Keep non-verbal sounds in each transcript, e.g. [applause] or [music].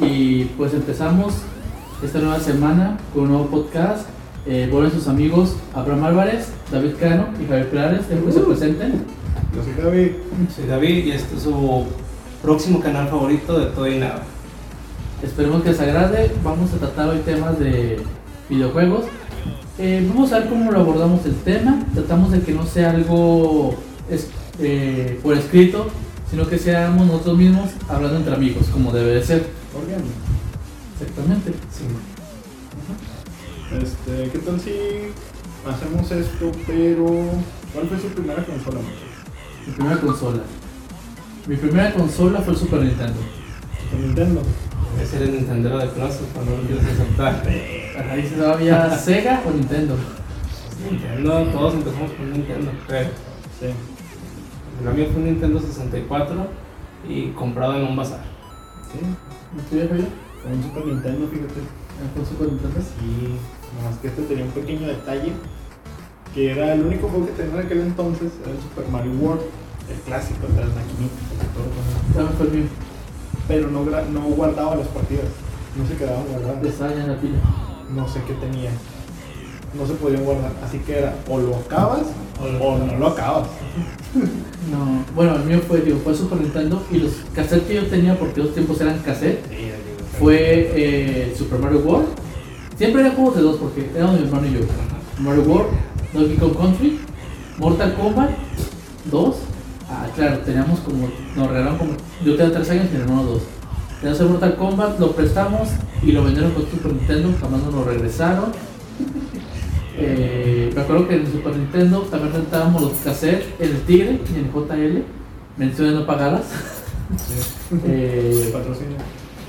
Y pues empezamos esta nueva semana con un nuevo podcast. Eh, vuelven sus amigos Abraham Álvarez, David Cano y Javier Clares. Espero que se presenten. Yo soy David. Soy David y este es su próximo canal favorito de todo y nada. Esperemos que les agrade. Vamos a tratar hoy temas de videojuegos. Eh, vamos a ver cómo lo abordamos el tema. Tratamos de que no sea algo es- eh, por escrito, sino que seamos nosotros mismos hablando entre amigos, como debe de ser. Orgánico. Exactamente. Sí. Este, ¿qué tal si hacemos esto, pero. ¿Cuál fue su primera consola, macho? Mi primera consola. Mi primera consola fue el Super Nintendo. Con Nintendo. Ese era el Nintendo de Closet cuando lo quieres aceptar. Ahí se todavía Sega o Nintendo. Nintendo, todos empezamos con Nintendo. creo. Sí. La mía fue un Nintendo 64 y comprado en un bazar. Sí. ¿Me estoy Javier? Con un Super Nintendo, fíjate. ¿Fue el Super Nintendo? Sí. Nada más que este tenía un pequeño detalle. Que era el único juego que tenía en aquel entonces, era el Super Mario World, el clásico de las maquinitas y todo. También fue el mío. Pero no, gra- no guardaba las partidas, no se quedaban guardadas. De Saya en la pila. no sé qué tenía. No se podían guardar. Así que era o lo acabas o, no lo acabas. No, bueno, el mío fue, digo, fue Super Nintendo y los cassettes que yo tenía, porque los tiempos eran cassette, fue eh, Super Mario World. Siempre eran juegos de dos porque eran mi hermano y yo. Mario World, Donkey Kong Country, Mortal Kombat 2. Ah, claro, teníamos como, nos regalaron como, yo tenía 3 años y mi hermano 2. Teníamos el Mortal Kombat, lo prestamos y lo vendieron con Super Nintendo, jamás nos lo regresaron. [laughs] Eh, me acuerdo que en el Super Nintendo también rentábamos los cassettes en el Tigre y en el JL, menciones no pagadas. [laughs] Este, Eh, Patrocinio.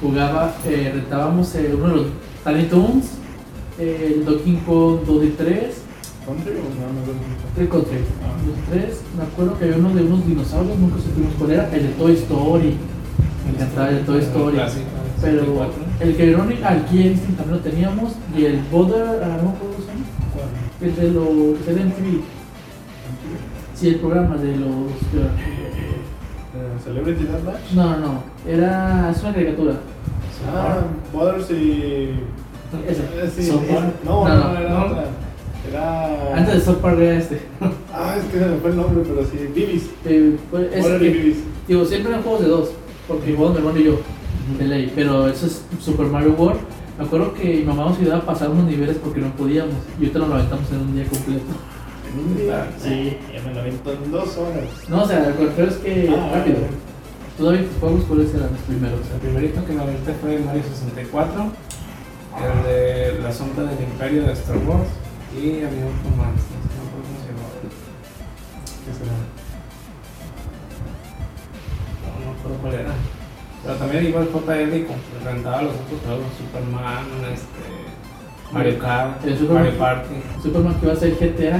jugaba, eh, rentábamos eh, uno de los Tiny Toons, eh, el Donkey Kong 2 y 3, ¿Country o no? No recuerdo mucho. el Country. Ah. Los tres, me acuerdo que había uno de unos dinosaurios, nunca supimos cuál era, el de Toy Story. Me encantaba el de Toy Story. Clásico, Pero 64. el que Verónica aquí en Instinct también lo teníamos y el Border, ah, no me acuerdo cómo se llama, el de los el de MTV. Sí, el programa de los. Eh, Celebrity Death Match. No, no, no. Era. Es una caricatura. Ah, Butters y. Ese. eh, sí, South ese. Park. No, No, no, no, era no. otra. Era. Antes de South Park era este. Ah, es que se me fue el nombre, pero sí. Bibis. Eh, fue ese Butters y que- Bibis. digo, siempre eran juegos de dos. Porque jugamos mi hermano y yo. De ley. Pero eso es Super Mario World. Me acuerdo que mi mamá nos ayudaba a pasar unos niveles porque no podíamos. Y ahorita nos lo aventamos en un día completo. En un día. Está- Sí, ya me lo aventó en dos horas. No, o sea, lo que me refiero es que. Ah, rápido. bueno. Todavía tus juegos, ¿cuáles eran los primeros? El primerito que me aventé fue el Mario 64, el de la sombra del imperio de Star Wars y había otro más, no me acuerdo cómo se llamaba. ¿Qué será? No, no me acuerdo cuál era. Pero también iba al JL y comp- rentaba los otros juegos, Superman, este, Mario Kart, El Superman. Mario Party. Superman que iba a ser GTA.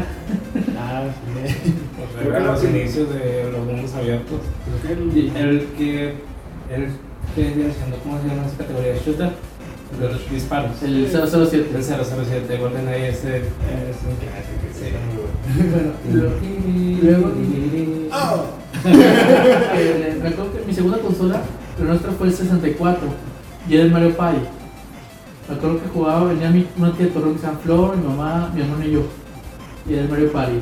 Ah, sí. Los Creo que era regalos el- inicios de los mundos abiertos. Creo que el- Y- El que. El que viene siendo, ¿cómo se llama esa categoría? Shooter. El de los disparos. El 007. El 007, GoldenEye ese. Eh, Es un clásico. Sí. está muy bueno. Bueno, lo- [laughs] luego- Ah. Eh, me acuerdo que mi segunda consola, la nuestra fue el 64 y era el Mario Party. Me acuerdo que jugaba, venía mi, una tía de Torreón que se llama Flor, mi mamá, mi hermano y yo. Y era el Mario Party.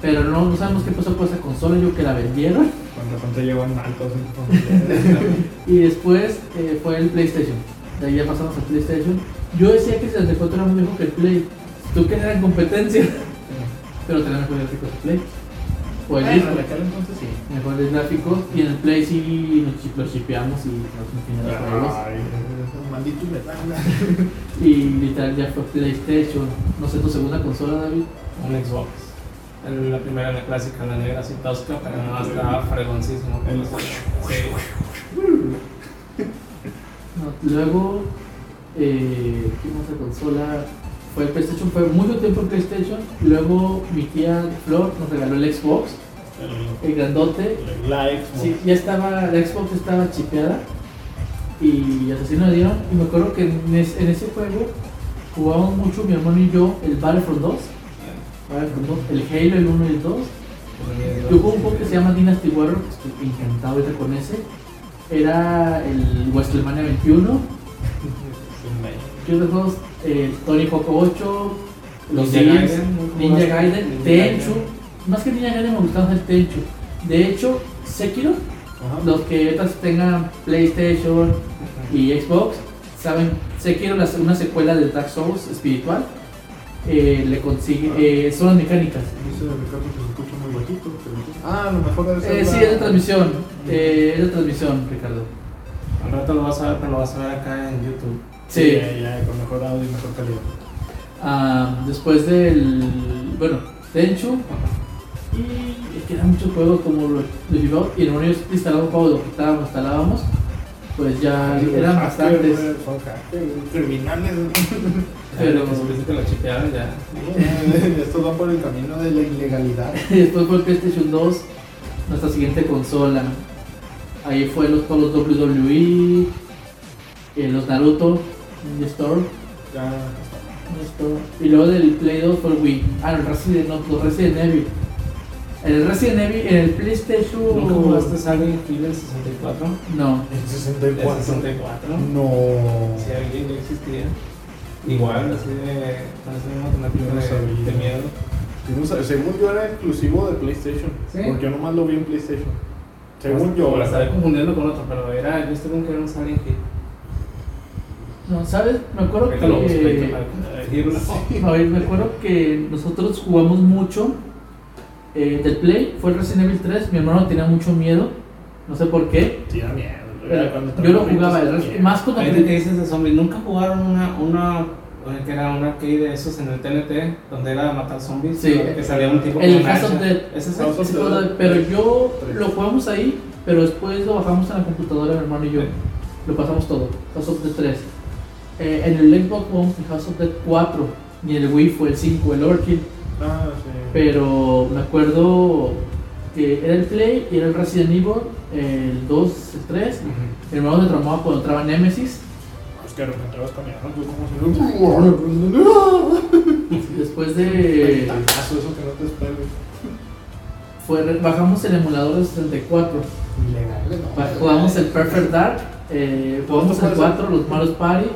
Pero no, no sabemos qué pasó con esa consola, yo que la vendieron. Cuando razón te llevan mal todos en tu familia. Y después eh, fue el PlayStation. De ahí ya pasamos al PlayStation. Yo decía que el 64 era más viejo que el Play. Tú que eran competencia. Pero tenía mejores gráficos el Play. O el disco. aquel entonces sí. Mejores gráficos. Y en el Play sí nos chi- lo chipeamos y nos metimos a juegos. Ay, esos malditos metales. Y literal ya fue PlayStation. No sé, tu segunda consola, David. Un Xbox. El- La primera, la clásica, la negra, así tosca, pero no estaba fregoncísimo. El- Sí. No, luego, eh, ¿qué más de consola? Fue el PlayStation, fue mucho tiempo el PlayStation. Luego mi tía Flor nos regaló el Xbox, el grandote. El live. Sí, ya estaba, la Xbox estaba chipeada y hasta así nos dieron. Y me acuerdo que en, es- en ese juego jugábamos mucho mi hermano y yo el Battlefront 2, Battlefront 2, el Halo el 1 y el 2. Yo jugué un juego que se llama Dynasty Warrior, que estoy encantado ahorita con ese. Era el WrestleMania 21, club de juegos, eh, Tony Hawk 8, los Sims, Ninja Gaiden, muy Ninja jugados. Gaiden, Ninja Tenchu. Gaiden. Más que Ninja Gaiden me gustaba más el Tenchu. De hecho, Sekiro, Ajá. los que otras tengan PlayStation y Xbox, saben, Sekiro es una secuela de Dark Souls espiritual. eh, le Ah. consigue, eh, son las mecánicas. Dice Ricardo que se escucha muy bajito. pero entonces- Ah, a lo mejor debe ser Eh, la- sí, es de transmisión, eh, es de transmisión, Ricardo. Al rato lo vas a ver, pero lo vas a ver acá en YouTube. Sí. Ya, ya, con mejor audio y mejor calidad. Ah, después del. Bueno, Tenchu. Y es que eran muchos juegos como lo, lo llevaba. Y en uno instalaba un juego de lo que estábamos, instalábamos. Pues Ah, ya eran Hacker, bastantes. güey, Son hackers, güey, criminales. Pero- Pero que supiste que lo chequearon ya. güey. Esto va por el camino de la ilegalidad. [laughs] Después fue el PlayStation 2, nuestra siguiente consola. Ahí fue los juegos WWE, eh, los Naruto, Ninja Storm. Ya. Esto. Y luego del Play 2 fue el Wii. Ah, el Resident, no, los Resident Evil. El Resident Evil en el PlayStation. ¿Nunca jugaste Silent Hill en 64? No. En ¿El 64. 64? No. Si alguien ya existía. Igual, así de. Con esa misma Yo no alternativa de, sabía. de miedo. Yo no sé, Según yo era exclusivo de PlayStation. ¿Sí? Porque yo nomás lo vi en PlayStation. Según yo. La estaba confundiendo con otro, pero era. Yo estuve con que era un Silent Hill. No, ¿sabes? Me acuerdo Ahorita lo busco, ahorita que. para decirlo. [laughs] A ver, me acuerdo que nosotros jugamos mucho eh, del Play. Fue el Resident Evil 3. Mi hermano tenía mucho miedo. No sé por qué. Sí, da miedo. Era cuando Yo lo estaba jugaba. morrito, el sí, Res- Más cuando. Ahorita que dices de zombies, ¿nunca jugaron una, una eh, que era una arcade de esos en el TNT, donde era matar zombies? Sí. Que salía un tipo El con una House of hacha. Dead. ¿Ese es House of el? Sí, pero- Pero yo lo jugamos ahí, pero después lo bajamos en la computadora, mi hermano y yo. Sí. Lo pasamos todo. House of the 3. Eh, en el Xbox jugamos el House of the 4. Y el Wii fue el 5, el Orchid. Ah, sí. Pero me acuerdo que era el Play y era el Resident Evil, el 2, el 3. Ujú. Mi hermano se traumaba cuando entraba Nemesis. Es Pues que de repente vas caminando, tú como si. Después Eh, de. Tantazo, eso que no te esperes. Fue, bajamos el emulador de 64. Ilegal, Pa- Pues, Jugamos el Perfect Dark, eh, jugamos el 4, los malos party.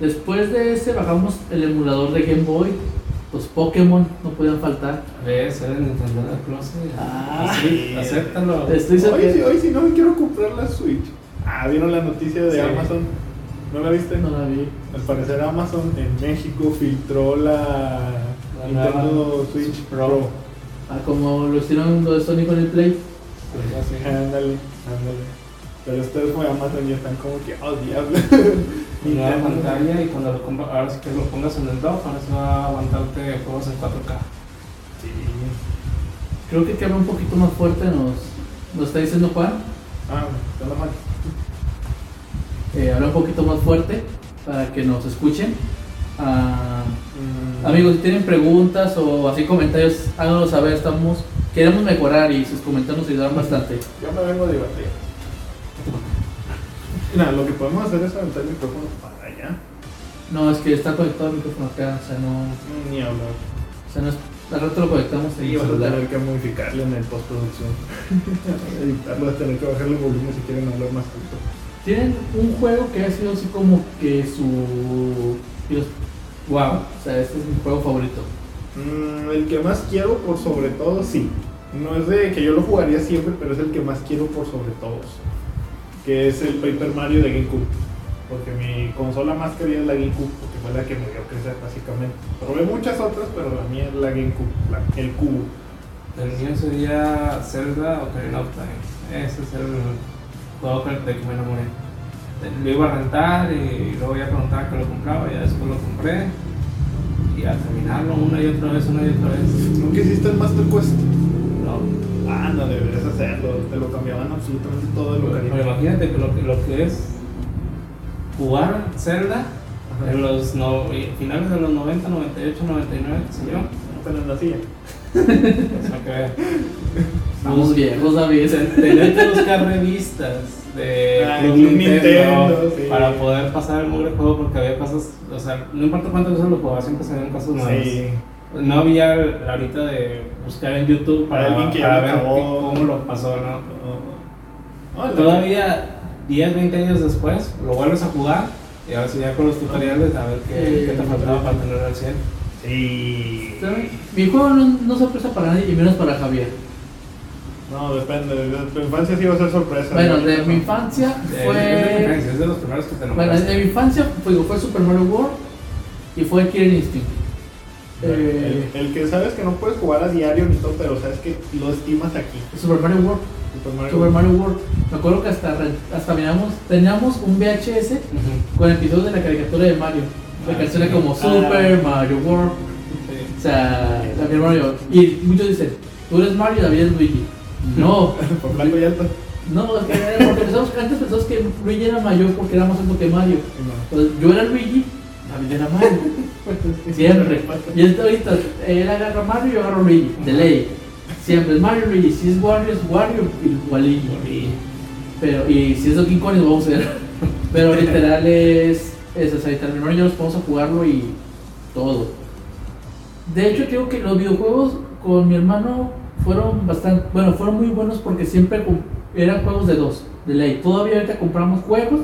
Después de ese bajamos el emulador de Game Boy, los Pokémon no podían faltar. ¿Ves? Era el Nintendo del Closet. Ah. Este- Sí, acéptalo. Estoy Hoy sí, seguro. hoy sí no me quiero comprar la Switch. Ah, ¿vieron la noticia de Sí. Amazon? ¿No la viste? No la vi. Al parecer Amazon en México filtró la, La Nintendo nueva Switch Switch Pro. Pro. Ah, como lo hicieron lo de Sony con el Play. Algo Pues, así. Ándale, ándale. Pero ustedes como Amazon ya están como que, oh diablo. Y la Nintendo. pantalla y cuando lo compra- ahora sí que lo pongas en el dock, ahora sí va a aguantarte juegos en 4K. Sí. Creo que quebra un poquito más fuerte, nos, nos está diciendo Juan. Ah, está la mal. Eh, habla un poquito más fuerte para que nos escuchen. Ah, Mm. Amigos, si tienen preguntas o así comentarios, háganos saber, estamos, queremos mejorar y sus comentarios nos ayudaron bastante. Yo me vengo a divertir. Nada, lo que podemos hacer es aventar el micrófono para allá. No, es que está conectado el micrófono acá, o sea, no, o Ni hablar. sea, no es, al rato lo conectamos en Sí, el vas a celular. tener que modificarlo en el postproducción. [laughs] Editarlo, vas a tener que bajarle el volumen si quieren hablar más alto. Tienen un juego que ha sido así como que su... y los- Wow, o sea, este es mi juego favorito. Mm, el que más quiero por sobre todos, sí. No es de que yo lo jugaría siempre, pero es el que más quiero por sobre todos. Que es el Paper Mario de GameCube. Porque mi consola más querida es la GameCube, porque fue la que me dio crecer básicamente. Probé muchas otras, pero la mía es la GameCube, la- el cubo. El mío sería Zelda Ocarina of Time. Ese es el juego que- de que me enamoré. Lo iba a rentar y luego ya preguntaba que lo compraba, ya después lo compré. Y al terminarlo una y otra vez, una y otra vez. ¿Nunca hiciste el Master Quest? No. Ah, no deberías hacerlo. Te lo cambiaban absolutamente todo de Pero, pero localidad. imagínate que lo, que lo que es jugar Zelda Ajá. en los no- finales de los 90, 98, 99, qué sé yo. pues, Pero en la silla. O sea que Estamos viejos, David. tener que buscar revistas de Ah, Club Club Nintendo, Nintendo, sí. para poder pasar el mugre juego porque había cosas, o sea, no importa cuántas veces lo jugaba, siempre salían cosas nuevas. Sí. No había la ahorita de buscar en YouTube para, Alguien que ya para lo ver acabó. qué- cómo lo pasó, ¿no? Ah, No, la- Todavía 10, 20 años después lo vuelves a jugar Y ahora sí, ya con los tutoriales, a ver qué, Eh, qué te faltaba para tener al 100. Sí. ¿Saben? Mi juego no, no es sorpresa para nadie y menos para Javier. No, depende. De tu infancia sí va a ser sorpresa. Bueno, ¿no? de mi infancia Eh, es de fue. diferencia, es de los primeros que te Bueno, nombraste. de mi infancia fue, fue Super Mario World y fue Killer Instinct. Eh, El, el que sabes que no puedes jugar a diario ni todo, pero sabes que lo estimas aquí. Super Mario World. Super Mario. Super Mario World. Me acuerdo que hasta, re- hasta miramos, teníamos un VHS Ujú, con episodios de la caricatura de Mario. De Ah, canciones sí. como Ah. Super Mario World. sí. O sea, la mi hermano y yo. Y muchos dicen, tú eres Mario y David es Luigi. No, Por blanco y alto. no, es que porque pensamos- antes pensamos que Luigi era mayor porque era más alto que Mario. No. Entonces, yo era Luigi, David era Mario. [laughs] Siempre. Y hasta ahorita, él agarra a Mario y yo agarro a Luigi. De ley. Siempre es Mario Luigi. Si es Wario, es Wario y Waluigi. Pero, y si es Donkey Kong, lo vamos a ver. [laughs] Pero literal es. es o sea, literal, mi hermano y yo nos vamos a jugarlo y todo. De hecho, creo que los videojuegos con mi hermano fueron bastante. Bueno, fueron muy buenos porque siempre com- eran juegos de dos, de ley. Todavía ahorita compramos juegos,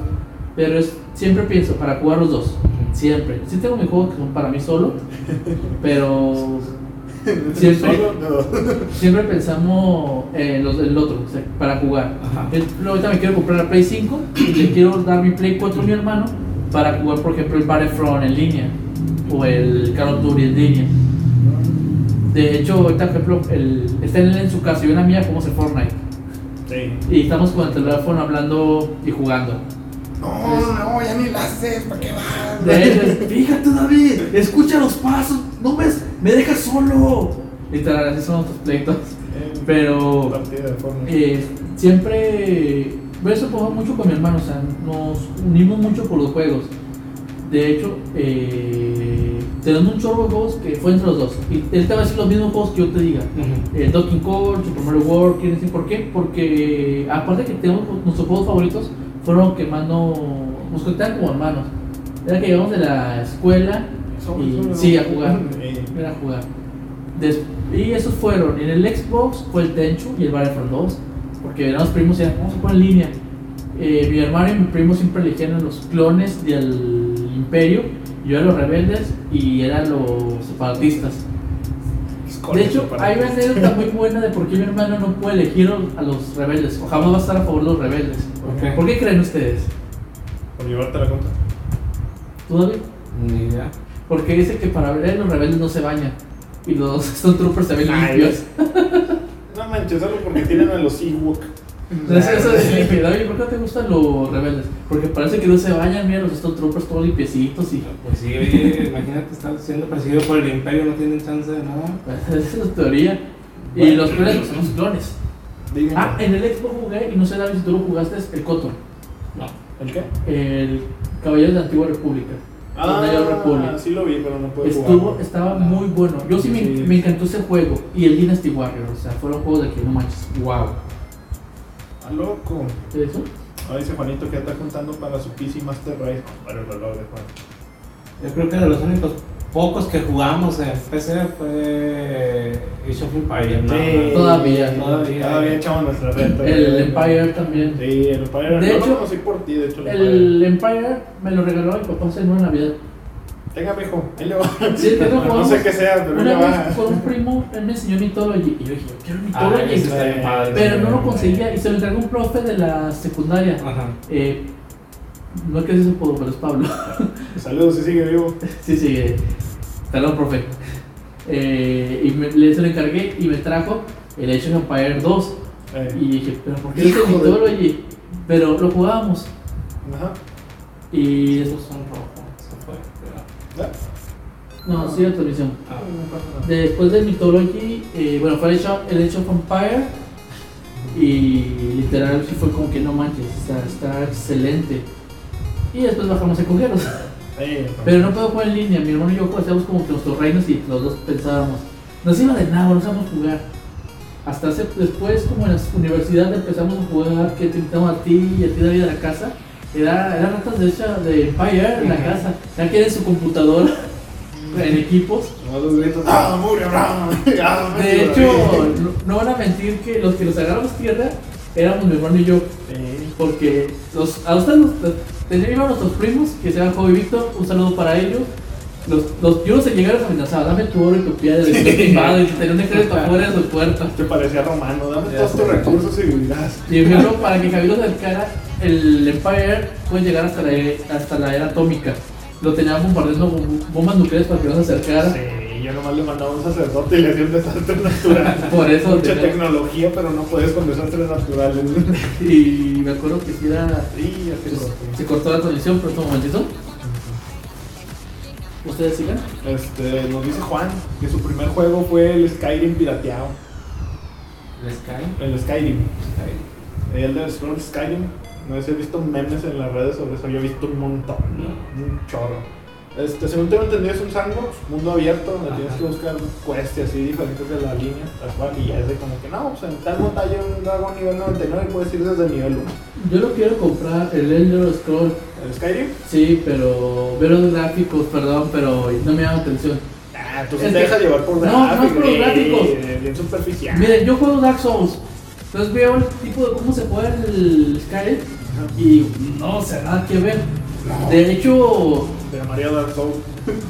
pero es, siempre pienso para jugar los dos. Siempre. Sí tengo mis juegos que son para mí solo, pero Siempre. Solo, no. siempre pensamos en los, el otro, o sea, para jugar. Ajá. El- yo ahorita me quiero comprar la Play 5 y le quiero dar mi Play 4 a mi hermano para jugar, por ejemplo, el Battlefront en línea o el Call of Duty en línea. De hecho, ahorita, por ejemplo, el, está él en su casa y yo en la mía, como hace Fortnite. Sí. Y estamos con el teléfono hablando y jugando. No, no, ya ni la haces, ¿para qué vas? De hecho, es, fíjate, David, escucha los pasos, no ves, me dejas solo. Literal, así son nuestros pleitos. Pero. eh, Partida de forma. Eh, siempre por eso jugaba mucho con mi hermano, o sea, nos unimos mucho por los juegos. De hecho, eh, tenemos un chorro de juegos que fue entre los dos. Y él te va a decir los mismos juegos que yo te diga. Ujú. Eh, Donkey Kong, Super Mario World, quién decir por qué. Porque aparte que tenemos nuestros juegos favoritos, fueron los que más no, nos conectaban como hermanos. Era que llegamos de la escuela y sí, a jugar. Eh, Era jugar. Des- y esos fueron, en el Xbox fue el Tenchu y el Battlefront 2, porque éramos primos y era, vamos a jugar en línea. Eh, mi hermano y mi primo siempre elegían a los clones del imperio, yo era los rebeldes y eran los separatistas. De hecho, hay una anécdota muy buena de por qué mi hermano no puede elegir a los rebeldes, o jamás va a estar a favor de los rebeldes. Ok. ¿Por qué creen ustedes? Por llevarte la contra. ¿Tú, David? Ni idea. Porque dice que para ver los rebeldes no se bañan y los [laughs] Stone Troopers se ven Ay, limpios. No manches, solo porque tienen a los Ewok. Entonces, eso es que, David, ¿por qué no te gustan los rebeldes? Porque parece que no se bañan, mira, los Stone Troopers todos limpiecitos y. [laughs] Pues sí, oye, imagínate estar siendo perseguido por el imperio, no tienen chance de nada. Esa es su teoría. Y Bueno. los clones pues, son los clones. Dime. Ah, en el Xbox jugué, y no sé, David, si tú lo jugaste, es el Cotor, No. ¿El qué? el Caballero de la Antigua República. Donde yo República. Ah, sí lo vi, pero no puedo Estuvo, jugar. estaba muy bueno. Yo sí, me, Sí. me encantó ese juego. Y el Dynasty Warrior, o sea, fueron juegos de que no manches. ¡Wow! Ah, loco. ¿Eso? Ahora dice Juanito que ya está contando para su PC Master Race. Para el reloj de Juan. Yo creo que de los únicos pocos que jugamos en PC fue Age of Empires, ¿no? Sí. Todavía. Todavía. Ah, Todavía echamos nuestra red. El Empire también. Sí, el Empire. De no hecho, lo conocí por ti, de hecho. El Empire. El Empire me lo regaló mi papá en una Navidad. Tenga, mijo. Ahí le va. Sí, es que no [laughs] no jugamos. sé qué sea, pero ahí le Una va. vez con un primo, él me enseñó Mythology y yo dije, yo quiero Ah, Mythology, ese está bien padre. pero no lo conseguía y se lo entregó un profe de la secundaria. Ajá. Eh, no es que se pudo, pero es Pablo. [laughs] Saludos, si sigue vivo. sí, sí, eh, talón, profe. Eh, y me, le se lo encargué y me trajo el Age of Empire 2 Eh, y dije, pero ¿por qué dice Hijo de- Mythology? Pero lo jugábamos Ajá. y eso, Esos son rojos. se fue, ¿verdad? Ya. no, sí, la transmisión. Ah. No pasa nada. Después de Mythology, eh, bueno, fue el Age, of, el Age of Empire. Y literal, sí fue como que no manches, está, está excelente. Y después bajamos a cogeros. Sí, [laughs] Pero no puedo jugar en línea, mi hermano y yo hacíamos como que nuestros reinos y los dos pensábamos. Nos iba de nada, no sabemos jugar. Hasta hace, después, como en la universidad, empezamos a jugar, que te invitamos a ti y a ti David a la casa. Era, era ratas de hecha de Empire en la Ujú. casa. Ya que era en su computadora, [laughs] en equipos. Nomás los gritos. ¡Ah, murió, bravo! ¡Ah, De murió! hecho, no- no van a mentir que los que los agarramos tierra éramos mi hermano y yo, Sí. porque los, a ustedes los- Desde iban nuestros primos que se llaman Job y Víctor, un saludo para ellos. Los, los, yo los llegué a los amenazaba, dame tu oro y tu piedra, de estoy timado, y tenían un [laughs] ejército afuera de su puerta. Te parecía romano, dame Ya todos tus sé. recursos y vivirás. Y por ejemplo, para que Javier lo acercara, el Empire puede llegar hasta la, e- hasta la era atómica. Lo tenían bombardeando bom- bombas nucleares para que no se acercara. Sí, yo nomás le mandaba a un sacerdote y le hacía un desastre natural. Por eso Mucha tenía- tecnología, pero no puedes con desastres naturales. Y me acuerdo que si era. Sí, así pues, lo- se cortó la conexión por un momentito. ¿Ustedes sigan? Este, nos dice Juan que su primer juego fue el Skyrim pirateado. El Sky. El Skyrim. Sky. El Elder Scrolls Skyrim. No sé, he visto memes en las redes sobre eso. Yo he visto un montón. No. Un chorro. Este, según tengo entendido, es un sandbox, mundo abierto, donde Ajá. tienes que buscar quests y así diferentes de la línea, tal cual. Y ya es de como que no, pues en tal montaña hay un dragón nivel 99 y puedes ir desde nivel 1. Yo lo quiero comprar, el Elder Scroll. El Skyrim. Sí, pero. Veo los gráficos, perdón, pero no me dan atención. Ah, tú Es sí te que- dejas llevar por No, no es por los eh, gráficos. eh, Bien superficial. Miren, yo juego Dark Souls. Entonces veo el tipo de cómo se juega el Skyrim y no, o sea, nada que ver. De hecho, De María Dark Souls.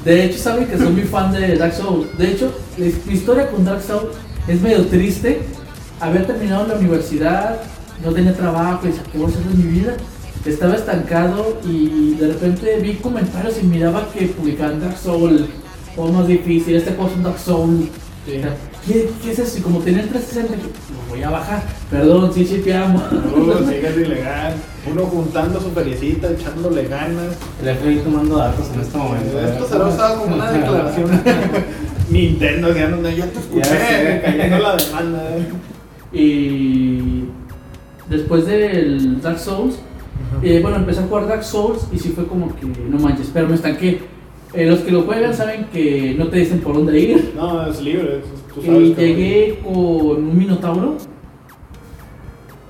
de hecho saben que soy muy fan de Dark Souls. De hecho, la his- mi historia con Dark Souls es medio triste. Haber terminado la universidad, no tenía trabajo y decía, ¿qué voy a hacer de mi vida? Estaba estancado y de repente vi comentarios y miraba que publicaban Dark Souls, juego más difícil, este juego es un Dark Souls. Sí. ¿Qué, ¿Qué es eso? Y como tenía el 360, dije, lo voy a bajar. Perdón, sí chipeamos. [laughs] Uh, sí, que es ilegal. Uno juntando su feriecita, echándole ganas. El FBI tomando datos en este momento. Esto será usado como [laughs] [laughs] una declaración. Nintendo, ya no, ya te escuché, Ya sé. cayendo la demanda. eh. Y después del Dark Souls, eh, bueno, empecé a jugar Dark Souls y sí fue como que, no manches, pero me estanqué. Eh, los que lo juegan saben que no te dicen por dónde ir. No, es libre, es- tú sabes. Y que- llegué con un minotauro,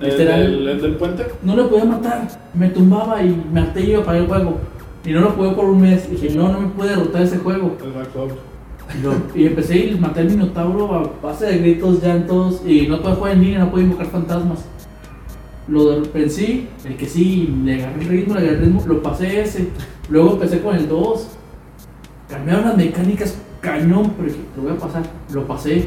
¿El, literal. del- el del puente? no lo podía matar, me tumbaba y me harté y apagué el juego. Y no lo jugué por un mes, dije, no, no me puede derrotar ese juego. El Dark Souls. Y lo- Y empecé y maté al Minotauro a base de gritos, llantos, y no puedo jugar en línea, no puedo invocar fantasmas. Lo del- pensé, el que sí, le agarré el ritmo, le agarré el ritmo, lo pasé ese. Luego empecé con el 2. Cambiaron las mecánicas cañón, pero dije, lo voy a pasar, lo pasé.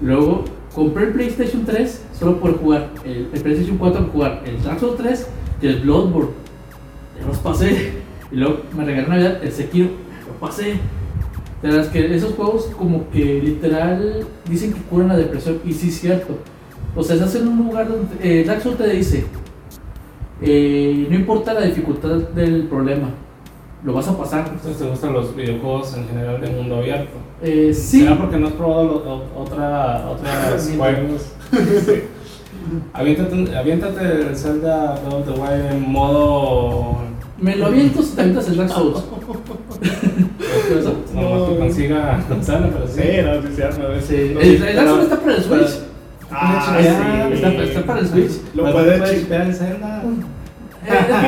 Luego compré el PlayStation 3 solo por jugar, el, el PlayStation 4 por jugar, el Dark Souls 3 y el Bloodborne. Ya los pasé. Y luego me regaló Navidad el Sekiro, lo pasé. De las que esos juegos como que literal dicen que curan la depresión y sí es cierto. O sea, estás en un lugar donde eh, Dark Souls te dice, eh, no importa la dificultad del problema, lo vas a pasar. Entonces te gustan los videojuegos en general de mundo abierto. Eh, sí, ¿Será porque no has probado lo- o- otra, [laughs] otras juegos? [laughs] aviéntate, aviéntate el Zelda Breath of the Wild en modo... me lo aviento si te avientas el Dark Souls. [laughs] ¿Por eso? No, que consiga [laughs] Gonzalo, pero sí. Sí, no, [laughs] sí, sí, no, es- Sí, no, el, sí, el Dark Souls pero- está para el pero- Switch. Ah, Ah, sí. Está, está para el Switch. Lo Pero puedes tú chi- chipear el Zelda.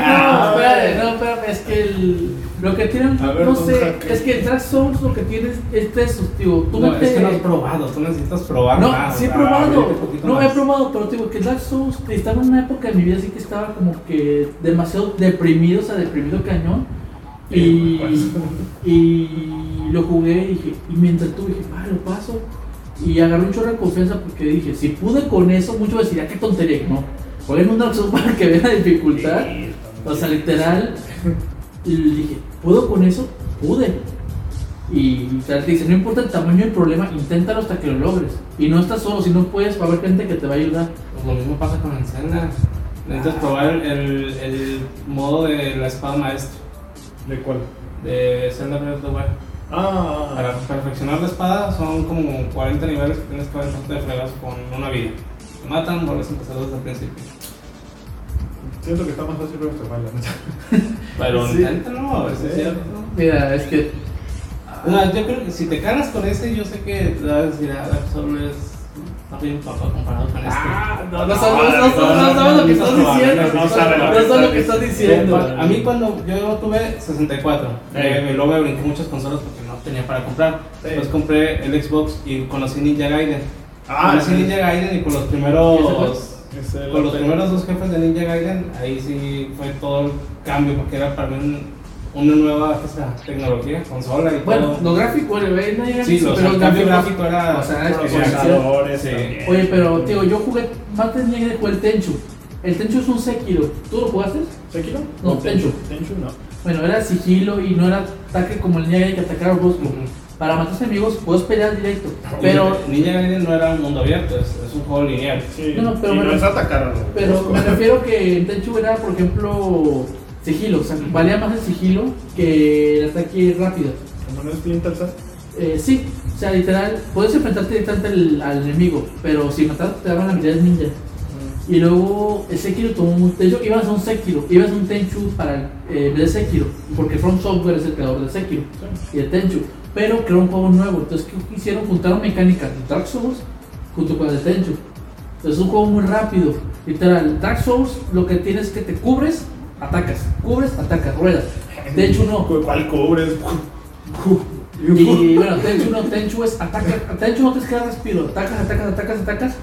Ah, Eh, es que [laughs] no, espérate, no, espérate, es que el, lo que tienen, A ver, no don sé, Jaque. es que el Dark Souls lo que tienes es destructivo. Tú No, vete- es que no has probado, tú necesitas probar No, más. sí he ah, probado. abrirte un poquito No, he más. probado, pero te digo que Dark Souls estaba en una época de mi vida así que estaba como que demasiado deprimido, o sea, deprimido cañón. Sí, Y, pues. y lo jugué y dije, y mientras tú dije, ah, lo paso. Y agarré un chorro de confianza porque dije, si pude con eso, muchos decían, "Ah, qué tontería, no. Jueguen un Dark Souls [laughs] para que vean la dificultad. Sí, O sea, literal, y dije, ¿puedo con eso? Pude. Y tal, te dice, no importa el tamaño del problema, inténtalo hasta que lo logres. Y no estás solo, si no puedes, va a haber gente que te va a ayudar. Pues lo mismo pasa con el Zelda. Necesitas Ah. probar el, el modo de la espada maestra ¿De cuál? de Zelda Breath of the Wild. Ah, Para perfeccionar la espada son como 40 niveles que tienes que aventarte de fregas con una vida. Te matan, vuelves a empezar desde el principio. siento que está más fácil pero está mal, la neta. Pero Sí. inténtalo, a ver si es Sí. cierto. Mira, es que No, yo creo que si te caras con ese, yo sé que te vas a decir, ah, Dark Souls es- está bien papá comparado con este. Ah, no, no sabes, no sabes, no sabes lo que estás diciendo. No, No no sabes lo que sabes lo que estás estás diciendo. A mí cuando yo tuve 64, eh, me- luego me brinqué muchas consolas porque no tenía para comprar. Sí. Después compré el Xbox y conocí Ninja Gaiden. Ah, conocí sí. Ninja Gaiden y con los ¿Ese primeros Es el con los Open. primeros dos jefes de Ninja Gaiden, ahí sí fue todo el cambio, porque era para mí un- una nueva o sea, tecnología, consola y Bueno, todo. lo gráfico, bueno, eh, no era- Sí, los- pero el el cambio gráfico. gráfico era. o sea, es que- eh, procesadores, Sí. también. Oye, pero, tío, yo jugué Battle Negre con el Tenchu. El Tenchu es un Sekiro. ¿Tú lo jugaste? ¿Sekiro? No, Tenchu. Tenchu. Tenchu no. Bueno, era sigilo y no era ataque como el Niagara que atacar al bosco. Ujú. Para matar enemigos puedes pelear directo. Pero, Ninja Gaiden no era un mundo abierto, es, es un juego lineal. Sí. No, no, pero y me no ref- es atacar a los pero bruscos. me refiero que en Tenchu era, por ejemplo, sigilo. O sea, valía más el sigilo que el ataque rápido. Como no es Splinter Cell. Eh, sí, o sea, literal, puedes enfrentarte directamente al, al enemigo, pero si matas te daban la habilidad ninja. Y luego el Sekiro tomó un. De hecho, ibas a un Sekiro, ibas a un Tenchu para eh, en vez de Sekiro, porque From Software es el creador del Sekiro y de Tenchu, pero creó un juego nuevo. Entonces, ¿qué hicieron? Juntaron mecánicas de Dark Souls junto con el de Tenchu. Entonces, es un juego muy rápido. Literal, Dark Souls lo que tienes es que te cubres, atacas, cubres, atacas, ruedas. Tenchu no. Cu- ¿Cuál cubres? Y bueno, Tenchu no, Tenchu es ataca, Tenchu no te queda respiro, atacas, atacas, atacas, atacas.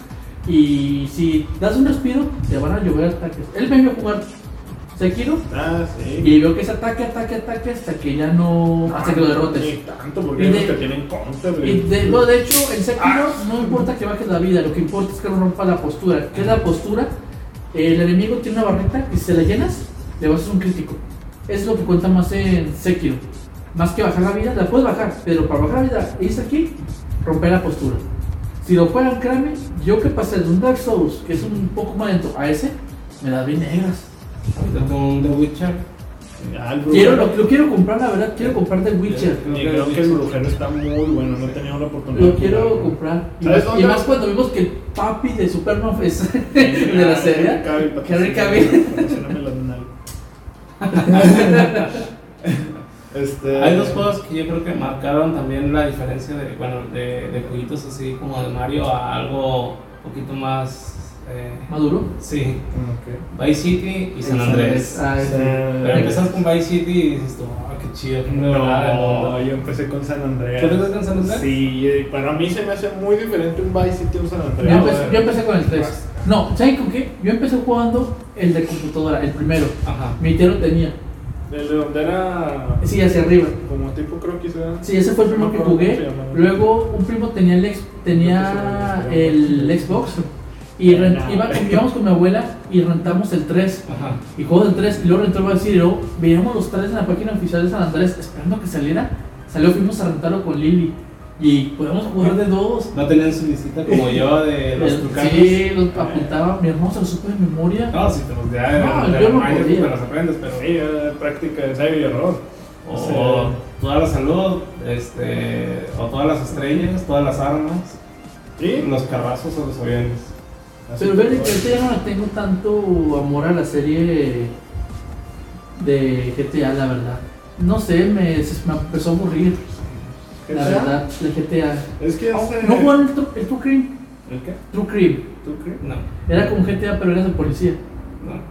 Y si das un respiro, te van a llover ataques. Él me vio jugar Sekiro Ah, sí. y veo que es ataque, ataque, ataque hasta que ya no. hasta que lo Ni derrotes. tanto, porque Y hay de- unos que tienen counter. Y güey. de, no, de hecho, en Sekiro no importa que bajes la vida, lo que importa es que no rompas la postura. ¿Qué es la postura? El enemigo tiene una barrita que si se la llenas, le vas a hacer un crítico. Es lo que cuenta más en Sekiro. Más que bajar la vida, la puedes bajar, pero para bajar la vida, irse aquí, romper la postura. Si lo juegan, créanme, yo que pasé de un Dark Souls, que es un poco más lento, a ese, me las vi negras. Ahorita tengo un The Witcher. Ah, el Quiero, brujero. lo, lo quiero comprar, la verdad, quiero comprar The Witcher. Y creo que el brujero está muy bueno, no he tenido la oportunidad. Lo quiero comprar. [laughs] Y ¿Sabes más, dónde? y más cuando vimos que el papi de Superman [laughs] es [laughs] de la serie. Henry Cavill. [laughs] Este, Hay dos juegos que yo creo que marcaron también la diferencia de, bueno, de, de jueguitos así como de Mario a algo un poquito más. eh, Maduro. sí, Ok. Vice City y San San Andrés. Ah, sí. Pero empezas con Vice City y dices tú, ah, qué chido, qué nuevo lugar del No, mundo". yo empecé con San Andreas. ¿Tú empezaste con San Andreas? Sí, eh, para mí se me hace muy diferente un Vice City a un San Yo Andreas. empecé, yo empecé con el 3. No, ¿saben con qué? Yo empecé jugando el de computadora, el primero. Ajá. Mi tía lo tenía. El de donde era Sí, hacia arriba. como tipo creo que era. Sí, ese fue el primero No que me acuerdo jugué. cómo se llamaba. pues, Luego un primo tenía el, ex- tenía el Xbox. Y rent- iba [laughs] con- íbamos con mi abuela y rentamos el 3. Ajá. y juego del 3 y luego rentó el Vice City, y luego veíamos los tres en la página oficial de San Andrés esperando que saliera. Salió, fuimos a rentarlo con Lili y podíamos jugar de dos. No tenían su visita como yo de los trucanos. Sí, los apuntaba, mi hermano se lo supo de memoria. No, si te los da de, No, de yo no Mario, podía. te los aprendes, pero. Sí, era práctica de ensayo y error. O toda la salud, este, o todas las estrellas, todas las armas, Sí, los carrazos o los aviones. así Pero fue. ver que ahorita ya no le tengo tanto amor a la serie de GTA, la verdad. No sé, me, se- me empezó a aburrir, la ¿Esa? verdad, de GTA. Es que hace. No jugaron el, Tru- el True Crime. ¿El qué? True Crime. ¿Tú crees? No, Era como GTA, pero eras de policía.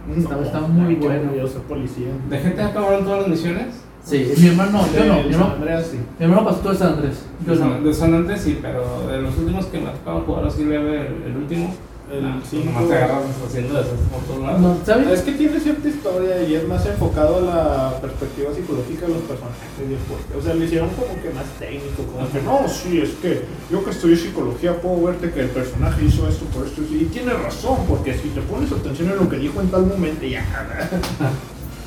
no. Estaba- estaba muy qué bueno. Yo soy policía. ¿De gente acabaron todas las misiones? Sí, mi hermano, yo no, El mi San hermano, Este, Andreas sí. mi hermano pasó todo el San Andrés. Yo de, no. San, de San Andrés sí, pero de los últimos que me ha tocado jugar así leve, el, el último. El nah, pues cinco. nomás te agarras haciendo desastres por todos lados. No, ¿Sabes? Ah, Es que tiene cierta historia y es más enfocado a la perspectiva psicológica de los personajes y el por qué. O sea, lo hicieron como que más técnico, como que no, sí, es que yo que estudié psicología puedo verte que el personaje hizo esto por esto y tiene razón, porque si te pones atención en lo que dijo en tal momento, ya. [laughs]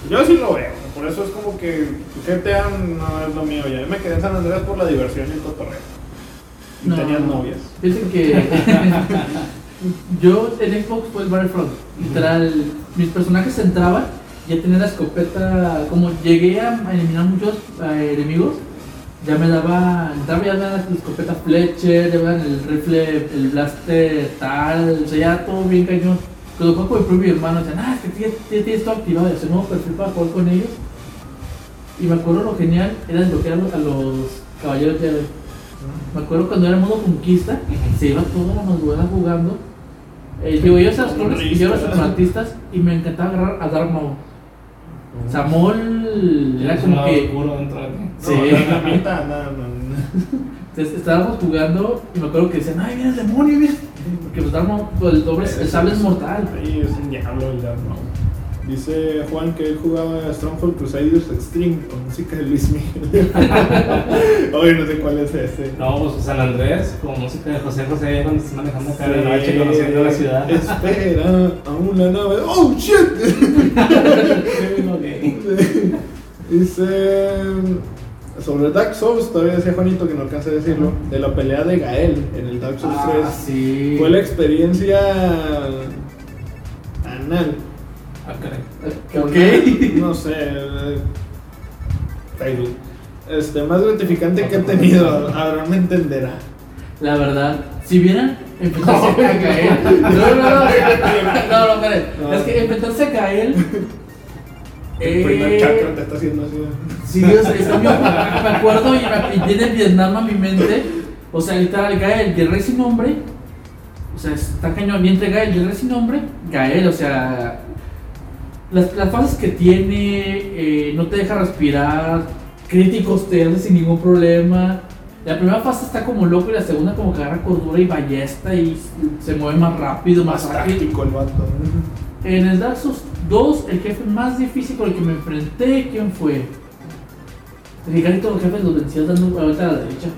Yo sí lo veo, por eso es como que GTA no es lo mío, ya me quedé en San Andrés por la diversión y el cotorreo. Y No. tenían novias. Fíjense que [laughs] yo en Xbox fue el Battlefront. Literal, mis personajes entraban, ya tenía la escopeta, como llegué a eliminar muchos eh, enemigos, ya me daba, entraba y ya me daban la escopeta Fletcher, ya me daban el rifle, el blaster tal, o sea, ya todo bien cañón. Cuando juego con mi propio hermano, decían, ah, es que tienes, tienes- tienes todo activado, y hace nuevo perfil para jugar con ellos. Y me acuerdo lo genial era desbloquear a los caballeros de me acuerdo cuando era modo conquista, se iba toda la madrugada jugando. Eh, digo, yo a los clones y yo a los separatistas y me encantaba agarrar a Darth Maul. Samol era Tienes un como lado que oscuro dentro de ti. Sí. No, la neta, no, no, no. entonces, estábamos jugando y me acuerdo que decían, ay, viene el [laughs] demonio, viene. Porque pues Darth Maul, pues, el doble, el sable es mortal. Ahí es un diablo el Dark Maul. Dice Juan que él jugaba Stronghold Crusaders Extreme con música de Luis [laughs] Miguel. Oye, no sé cuál es ese. No, pues San Andrés, con música de José José, ya cuando se están manejando acá de noche, conociendo la ciudad. Ah, Espera a una nave. ¡Oh, shit! [laughs] Dice. Sobre Dark Souls, todavía decía Juanito que no alcancé a decirlo, de la pelea de Gael en el Dark Souls 3. Ah, sí. Fue la experiencia anal. Ah, caray. Ok. [laughs] No sé. eh, Facebook. Este, más gratificante que he tenido. Ahora me entenderá. La verdad, si vieran, enfrentarse a Gael. No, no, no. No, no, esperen. No. Es que enfrentarse a Gael. Eh. El primer chakra te está haciendo así. Sí, Dios, está bien. Me acuerdo y me- y viene Vietnam a mi mente. O sea, literal, Gael, el rey sin nombre. O sea, está cañón. Y entre Gael, el rey sin nombre, Gael, o sea. Las, las fases que tiene, eh, no te deja respirar. Críticos te hace sin ningún problema. La primera fase está como loco y la segunda como que agarra cordura y ballesta y se mueve más rápido, más Más ágil. táctico el vato. En el Dark Souls 2, el jefe más difícil con el que me enfrenté, ¿quién fue? Ricardo, todos los jefes los vencías dando una vuelta a la derecha.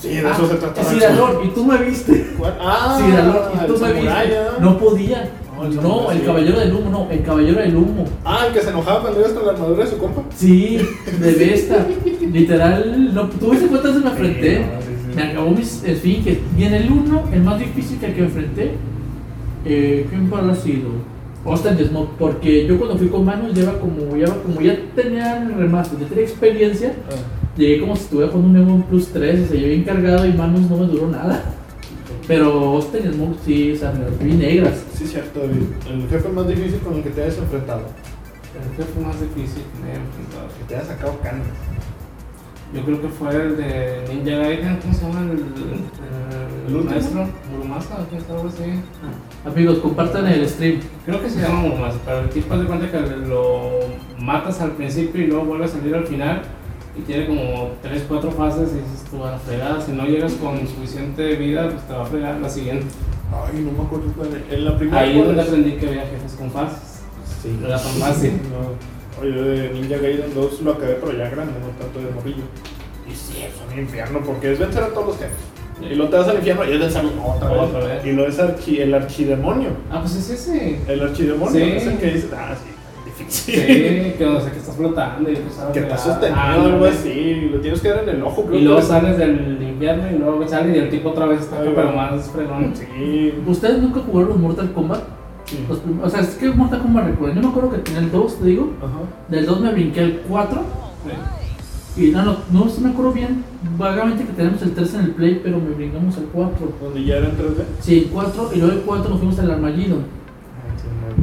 Sí, de Ah, eso se trata. Sidalor, y tú me viste. ¿Cuál? Ah, Sidalor, y el tú me samurái, viste. ¿ah? No podía. No, el No, samurái, el sí. caballero del humo, no, el caballero del humo. Ah, el que se enojaba cuando ibas con la armadura de su compa. Sí, de Vesta. Literal, no, tú viste cuántas veces me enfrenté. no, sí, sí. Me acabó mis esfinges. Y en el 1, el más difícil que, que enfrenté, eh, ¿quién habrá sido? Austin Desmond, porque yo cuando fui con Manos lleva como, ya, como ya tenía el remaster, ya tenía experiencia, llegué como si estuviera jugando un Evo Plus 3, o sea, yo bien cargado y Manos no me duró nada. Pero Austin Desmond sí, o sea, me las vi negras. Sí, cierto. El el jefe más difícil con el que te hayas enfrentado. El que fue más difícil que me he enfrentado. Que te hayas sacado canas. Yo creo que fue el de Ninja Gaiden, ¿cómo se llama? El, el, ¿El último? maestro, Murumasa, ¿o qué está algo así? Ah. Amigos, compartan el stream. Creo que se llama Murumasa, pero el tipo de cuenta que lo matas al principio y luego vuelve a salir al final y tiene como 3, 4 fases y dices tú a la fregada, si no llegas con suficiente vida, pues te va a fregar la siguiente. Ay, no me acuerdo cuál era. En la primera. Ahí es donde cuál es. aprendí que había jefes con fases. Sí. No era tan fácil. No. Oye, yo de Ninja Gaiden 2 lo acabé, pero ya grande, no tanto de morrillo. Y sí, es un infierno, porque es vencer a todos los jefes. Y luego te vas al infierno y es vencerlo otra vez. Otra vez. Y lo es archi- el archidemonio. Ah, pues es ese. El archidemonio Sí. es el que dice, ah, sí, difícil. Sí, que, o sea, que estás flotando y [laughs] Que te está sostenido algo así, lo tienes que dar en el ojo, creo Y luego que- sales del infierno y luego sales y el tipo otra vez está Ahí acá, va. pero más fregón. Sí. Pues, ¿Ustedes nunca jugaron Mortal Kombat? Sí. Los prim- Pues, o sea, es que Mortal Kombat recuerdo. Yo me acuerdo que tenía el 2, te digo. Ajá. Del 2 me brinqué al 4. Sí. Y no, no, no sí me acuerdo bien. Vagamente que tenemos el 3 en el play, pero me brincamos al 4. Donde ya era en 3D. Sí, el 4 y luego el 4 nos fuimos al Armageddon.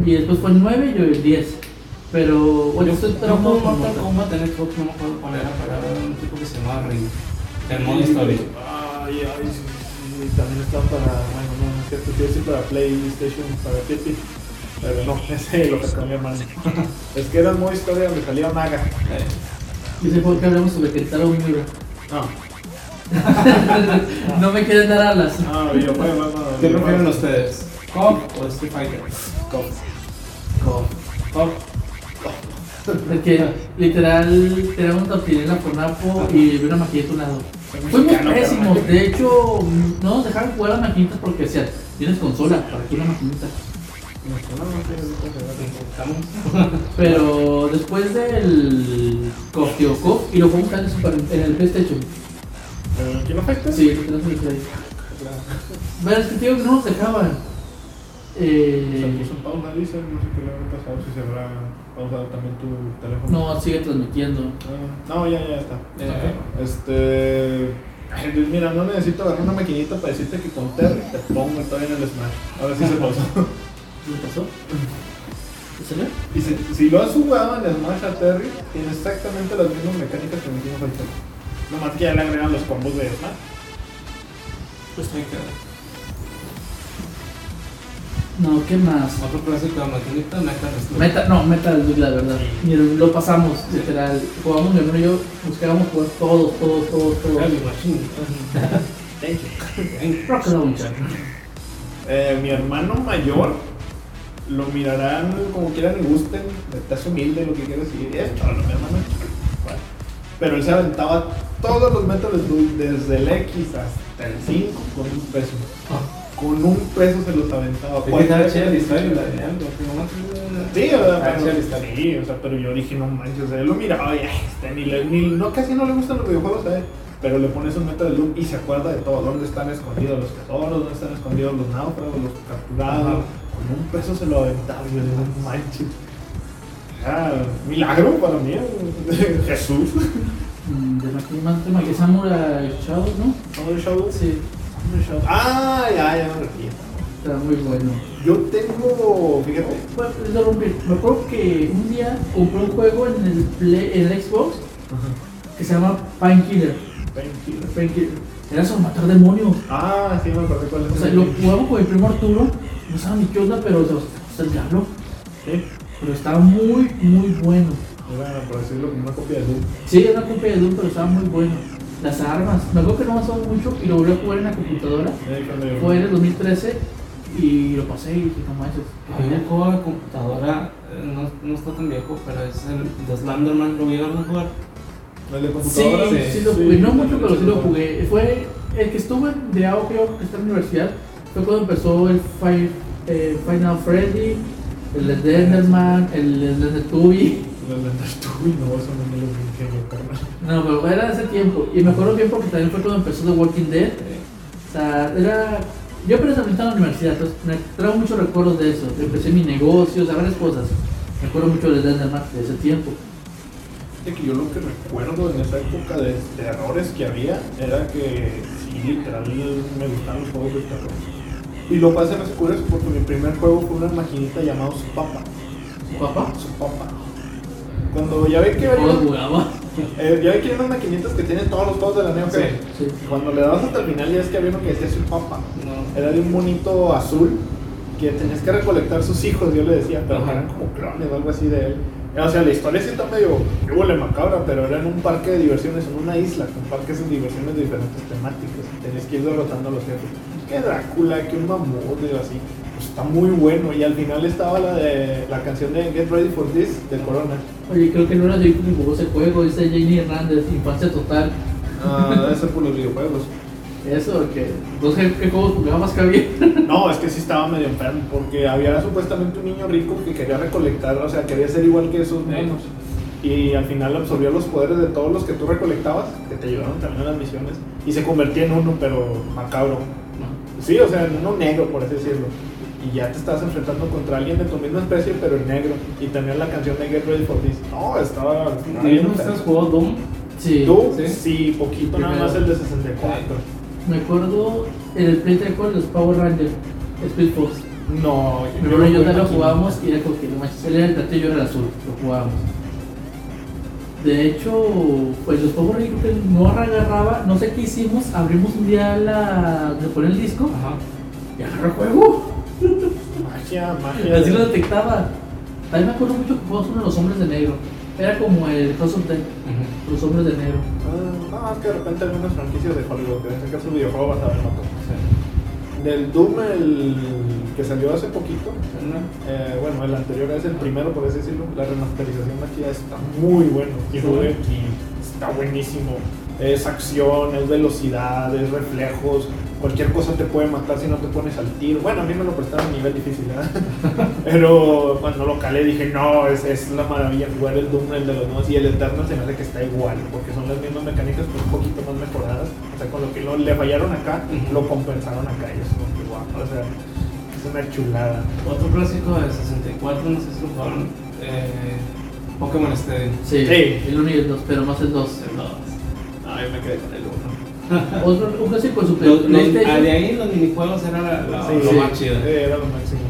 Y- Y después fue el 9 y yo el 10. Pero, bueno, Yo estoy estoy no trabajando juego con Mortal Mortal Kombat. Kombat en Xbox, no me acuerdo cuál era, pero era un tipo que se llamaba Ryu. El modo historia. Ay, ay, sí, sí, sí, También está para. Bueno, no, es cierto, quiero decir para PlayStation, para PC. Pero no, [laughs] ese lo sacó mi hermano. [laughs] es que era el modo historia donde salía Maga. Eh, Dice por qué hablamos sobre Kentaro [laughs] Miura. Ah, [laughs] no me quieren dar alas. ah, yo, bueno, [laughs] bueno. ¿Qué yo- prefieren ustedes? ¿Cop o Street Fighter? Cop. Cop. Porque literal tenemos tortillera con Apo y una maquinita a un lado. Fuimos mexicano, pésimos, de hecho no nos dejaron jugar a las maquinitas porque decían, tienes consola, para que una maquinita. No, no, no, no, ¿Estamos? Pero después del Cof, tío, Cof, y lo fue buscando en, Super- en el PlayStation. no. Eh, ¿Quién afecta? Sí, lo tenemos en el Play. Pero es que tío que no nos dejaban. Se Eh, puso en pausa, dice. No sé qué le habrá pasado, si se habrá pausado también tu teléfono. no, sigue transmitiendo. Ah, No, ya, ya está. Eh, Este. ay, Luis, mira, no necesito agarrar una maquinita para decirte que con Terry te pongo todavía en el Smash. Ahora sí se [laughs] pasó. ¿Qué pasó? ¿En serio? Y si, si lo has jugado en Smash a Terry, tiene exactamente las mismas mecánicas que metimos al Terry. Nomás que ya le agregan los combos de Smash. Pues ahí queda. No, ¿qué más? Otro clásico de maquinita, Metal Slug. Meta, no, Metal Slug, la verdad. Mira, lo pasamos, literal. Jugamos, mi hermano y yo, buscábamos jugar todos, todos, todos, todos. Heavy Machine. Thank you. Eh, Rock Launcher. Eh, mi hermano mayor lo mirarán como quieran y gusten, estás humilde, lo que quieras y esto, a lo mejor no. Bueno, Pero él se aventaba todos los Metal Slug, desde el X hasta el 5 con un peso. Con un peso se los aventaba. Ah. Es que estaba chida la historia, la de algo, que nomás- Sí, o sea, Estaba chida la pero, historia. sí, o sea, pero yo dije, no manches, o sea, él lo miraba y ay, este, ni le- ni- no, casi no le gustan los videojuegos a él, pero le pones un meta de loop y se acuerda de todo, dónde están escondidos los tesoros, dónde están escondidos los náufragos, los capturados, Ajá. con un peso se lo aventaba, y yo digo, no manches. Era milagro para mí, [laughs] Jesús. Mm, De Maki Man- de Maki Samurai Shadow, ¿no? Samurai Shodown, Sí, Samurai Shodown. Ah, ya, ya me refiero. está muy bueno. Yo tengo, fíjate, Bueno, interrumpir. Me acuerdo que un día compré un juego en el, Play- en el Xbox que se llama Painkiller. 20 kilos. Painkiller. Era sobre matar demonios. Ah, sí, me acordé cuál es. O sea, lo jugaba con mi primo Arturo. No sabía ni qué onda, pero o sea, o sea, el diablo. Sí. Pero estaba muy, muy bueno. Era, por decirlo, como una copia de Doom. Sí, era una copia de Doom, pero estaba muy bueno. Las armas. Me acuerdo que no avanzaba mucho y lo volví a jugar en la computadora. Eh, cuando yo- Fue en el 2013 y lo pasé y dije, no manches. A mí me acuerdo la computadora, eh, no, no está tan viejo, pero es el de Slenderman, lo llegaron a jugar. ¿No es de Sí, computadora? sí, lo jugué. No mucho, pero sí lo jugué. Fue el que estuve de auge que está en la universidad. Fue cuando empezó el Fi- eh, Final Freddy, el Slenderman, el Slender Tubby. Lo levantas tú y no, eso no me lo brinqué yo, carnal. [laughs] No, pero era de ese tiempo. Y me acuerdo bien porque también fue cuando empezó The Walking Dead. O sea, era. Yo apenas estaba en la universidad, entonces me traigo muchos recuerdos de eso. Empecé mi negocio, o sea, varias cosas. Me acuerdo mucho de Slenderman de ese tiempo. Fíjate que yo lo que recuerdo en esa época de terrores que había era que sí, literal, me gustaban los juegos de terror. Y lo pasé en las curas porque mi primer juego fue una maquinita llamada Su Papa. ¿Su papá? Su Papa. Cuando ya ve que ¿Cómo venían- jugaba? eh, ya ve que hay unas maquinitas que tienen todos los juegos de la Neo Geo. Sí. Cuando le dabas hasta el final ya es que había uno que decía Su Papa. No. Era de un monito azul que tenías que recolectar sus hijos, yo le decía, pero Ajá. eran como clones o algo así de él. O sea, la historia sí está medio huele macabra, pero era en un parque de diversiones, en una isla, con parques de diversiones de diferentes temáticas. Tenías que ir derrotando a los jefes. Que Drácula, que un mamut, digo así. Pues está muy bueno. Y al final estaba la de la canción de Get Ready for This de Corona. Oye, creo que no era yo que jugó ese juego, dice Jenny Hernández, infancia total. Ah, debe ser por los videojuegos. Eso, que. No sé qué juegos jugabas, Javier. No, es que sí estaba medio enfermo, porque había supuestamente un niño rico que quería recolectar, o sea, quería ser igual que esos niños. Y al final absorbió los poderes de todos los que tú recolectabas, que te ayudaron también en las misiones, y se convertía en uno, pero macabro. Sí, o sea, en uno negro, por así decirlo. Y ya te estás enfrentando contra alguien de tu misma especie, pero en negro. Y también la canción de Get Ready for This. No, estaba... ¿Alguien de ustedes jugó Doom? Sí. ¿Tú? Sí. Sí, poquito, nada más el de 64. Me acuerdo en el Play 3 con los Power Rangers, Speed Force. No, Mi hermano y yo jugué también lo aquí. jugábamos y era como que no manches, él era el platillo y yo era el azul, lo jugábamos. De hecho, pues los Power Rangers creo que no agarraba, no sé qué hicimos, abrimos un día la. de poner el disco Ajá. y agarró juego. Magia, magia. Así lo detectaba. También me acuerdo mucho que jugamos uno de los hombres de negro. Era como el House of Dead, los hombres de negro. Ah, No, es que de repente algunas franquicias de Hollywood que este sacar su videojuego vas a ver motos. Del Doom, el que salió hace poquito, eh, bueno, el anterior es el primero, por así decirlo. La remasterización de aquí está muy bueno. Y Sí. jugué aquí, está buenísimo. Es acción, es velocidad, es reflejos. Cualquier cosa te puede matar si no te pones al tiro. Bueno, a mí me lo prestaron a nivel difícil, ¿verdad? Pero cuando lo calé dije, no, es, es la maravilla jugar el Doom, el de los nuevos. Y el Eternal se me hace que está igual, porque son las mismas mecánicas, pero un poquito más mejoradas. O sea, con lo que lo- le fallaron acá, Ujú. lo compensaron acá. Y es como que, guau, o sea, es una chulada. Otro clásico de 64, no sé si lo jugaron. eh, Pokémon Stadium. Sí, Sí. el 1 y el 2, pero más el 2. No, yo me quedé con el uno. Otro un clásico de Super Los- los- ah, de PlayStation. ahí los minijuegos era la, la- Sí, Eh. lo sí. más chido. Sí, era lo máximo.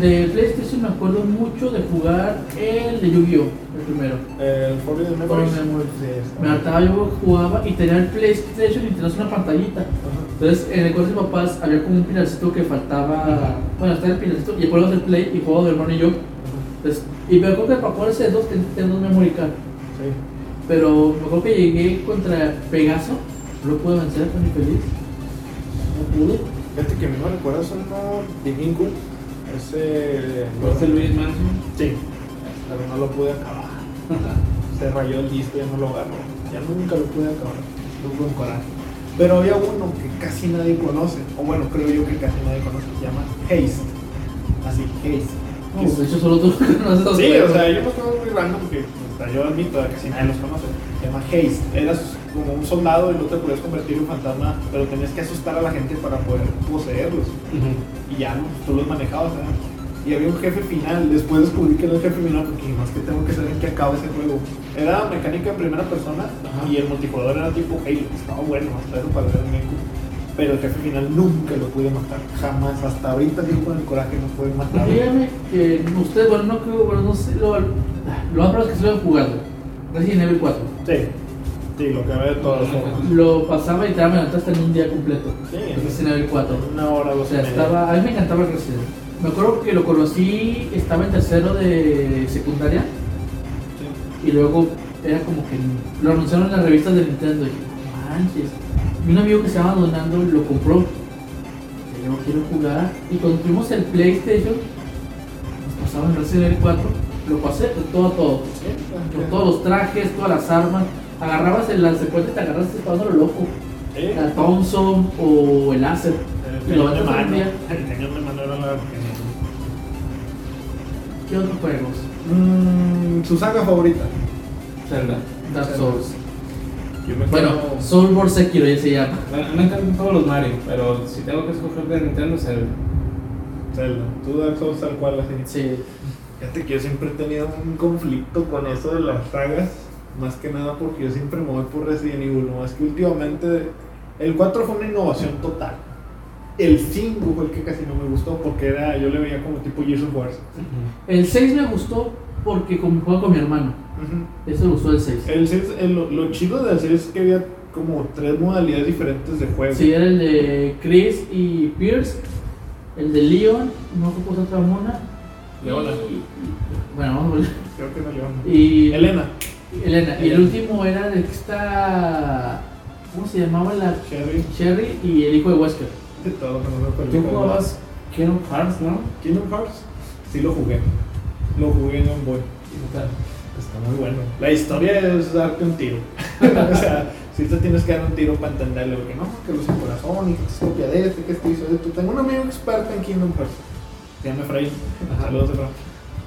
De PlayStation me acuerdo mucho de jugar el de Yu-Gi-Oh! el primero. El Forbidden Memories. Forbidden Memories. Sí, está Me bien. hartaba yo jugaba y tenía el PlayStation y tenías una pantallita. Ajá. Entonces en el cuarto de mis papás había como un pilarcito que faltaba. Bueno, estaba el pilarcito y jugabas el play y jugaba mi hermano y yo. Entonces, y me acuerdo que para jugar ese dos ten- tenía dos memory card. Sí. Pero me acuerdo que llegué contra Pegaso, no lo pude vencer, fue muy feliz. No pude. Fíjate que a mí me recuerdas uno de Bingo Ese. ¿Conoce Luis Manson? Sí, pero no lo pude acabar. Se rayó el disco, ya no lo ganó. Ya nunca lo pude acabar. Tuve un coraje. Pero había uno que casi nadie conoce. O bueno, creo yo que casi nadie conoce. Se llama Haste. Así, Haste. No, pues, de hecho, solo [laughs] tú conoces los Sí, o juegos. sea, yo me acuerdo muy random porque hasta yo admito que si nadie los conoce. Se llama Haze. Eras como un soldado y no te podías convertir en fantasma, pero tenías que asustar a la gente para poder poseerlos. Y ya no, tú los manejabas, ¿verdad? Y había un jefe final, después descubrí que era el jefe final porque más que tengo que saber que acaba ese juego. Era mecánica en primera persona Ajá. y el multijugador era tipo Halo, estaba bueno, hasta eso para ver el Ninku. Pero el jefe final nunca lo pude matar, jamás. Hasta ahorita digo con el coraje no pude matarlo. Dígame que usted, bueno, no creo, bueno, no sé, lo, lo más probable es que se lo hayan jugado. Resident Evil 4. Sí, sí, lo que había de todos los juegos. Lo pasaba y te me levantaste en un día completo. Sí. Resident Evil 4. Una hora, O dos y sea, media. estaba, a mí me encantaba el Resident. Me acuerdo que lo conocí, estaba en tercero de secundaria Sí. y luego era como que lo anunciaron en las revistas de Nintendo y dije, "No manches. Y un amigo que se llama Donando lo compró. Y yo quiero jugar. Y cuando tuvimos el PlayStation, nos pasaban Resident Evil 4, lo pasé de todo a todo. Con todos los trajes, todas las armas. Agarrabas el lanzacuete y te agarras disparándolo loco. Sí. Eh, La Thompson o el láser. El Y lo cañón de avanzas un mano. día. El cañón de mano era la que- ¿Qué otros juegos? Mm, Su saga favorita. Zelda. Dark Souls. Yo me Bueno, acuerdo- Soulborn Sekiro ya se llama. Me me encantan todos los Mario, pero si tengo que escoger de Nintendo, Zelda. Zelda. Tú Dark Souls tal cual la serie. Sí. Fíjate que yo siempre he tenido un conflicto con eso de las sagas. Más que nada porque yo siempre me voy por Resident Evil. Más que últimamente. El 4 fue una innovación total. El 5 fue el que casi no me gustó porque era, yo le veía como tipo Gears of War. El 6 me gustó porque como jugaba con mi hermano. Ujú. Eso me gustó el 6. El seis- el- lo, lo chido de hacer es que había como tres modalidades diferentes de juego. Sí, era el de Chris y Pierce. El de Leon. No fue cosa otra mona. Leona. Y- Bueno, vamos a volver. Creo que no le vamos. Y Elena. Elena. Y el Elena. último era de esta... ¿Cómo se llamaba la Sherry. Sherry y el hijo de Wesker? De todo, no me acuerdo. Tú jugabas Kingdom Hearts, ¿no? Kingdom Hearts. Sí lo jugué. Lo jugué en un boy. Está muy bueno. La historia es darte un [laughs] tiro. o sea, si te tienes que dar un tiro para entenderlo, porque no, que los corazón y que es copia de este, que este hizo esto. Tengo un amigo experto en Kingdom Hearts. Se llama Efraín. Ajá. Saludos, Efraín.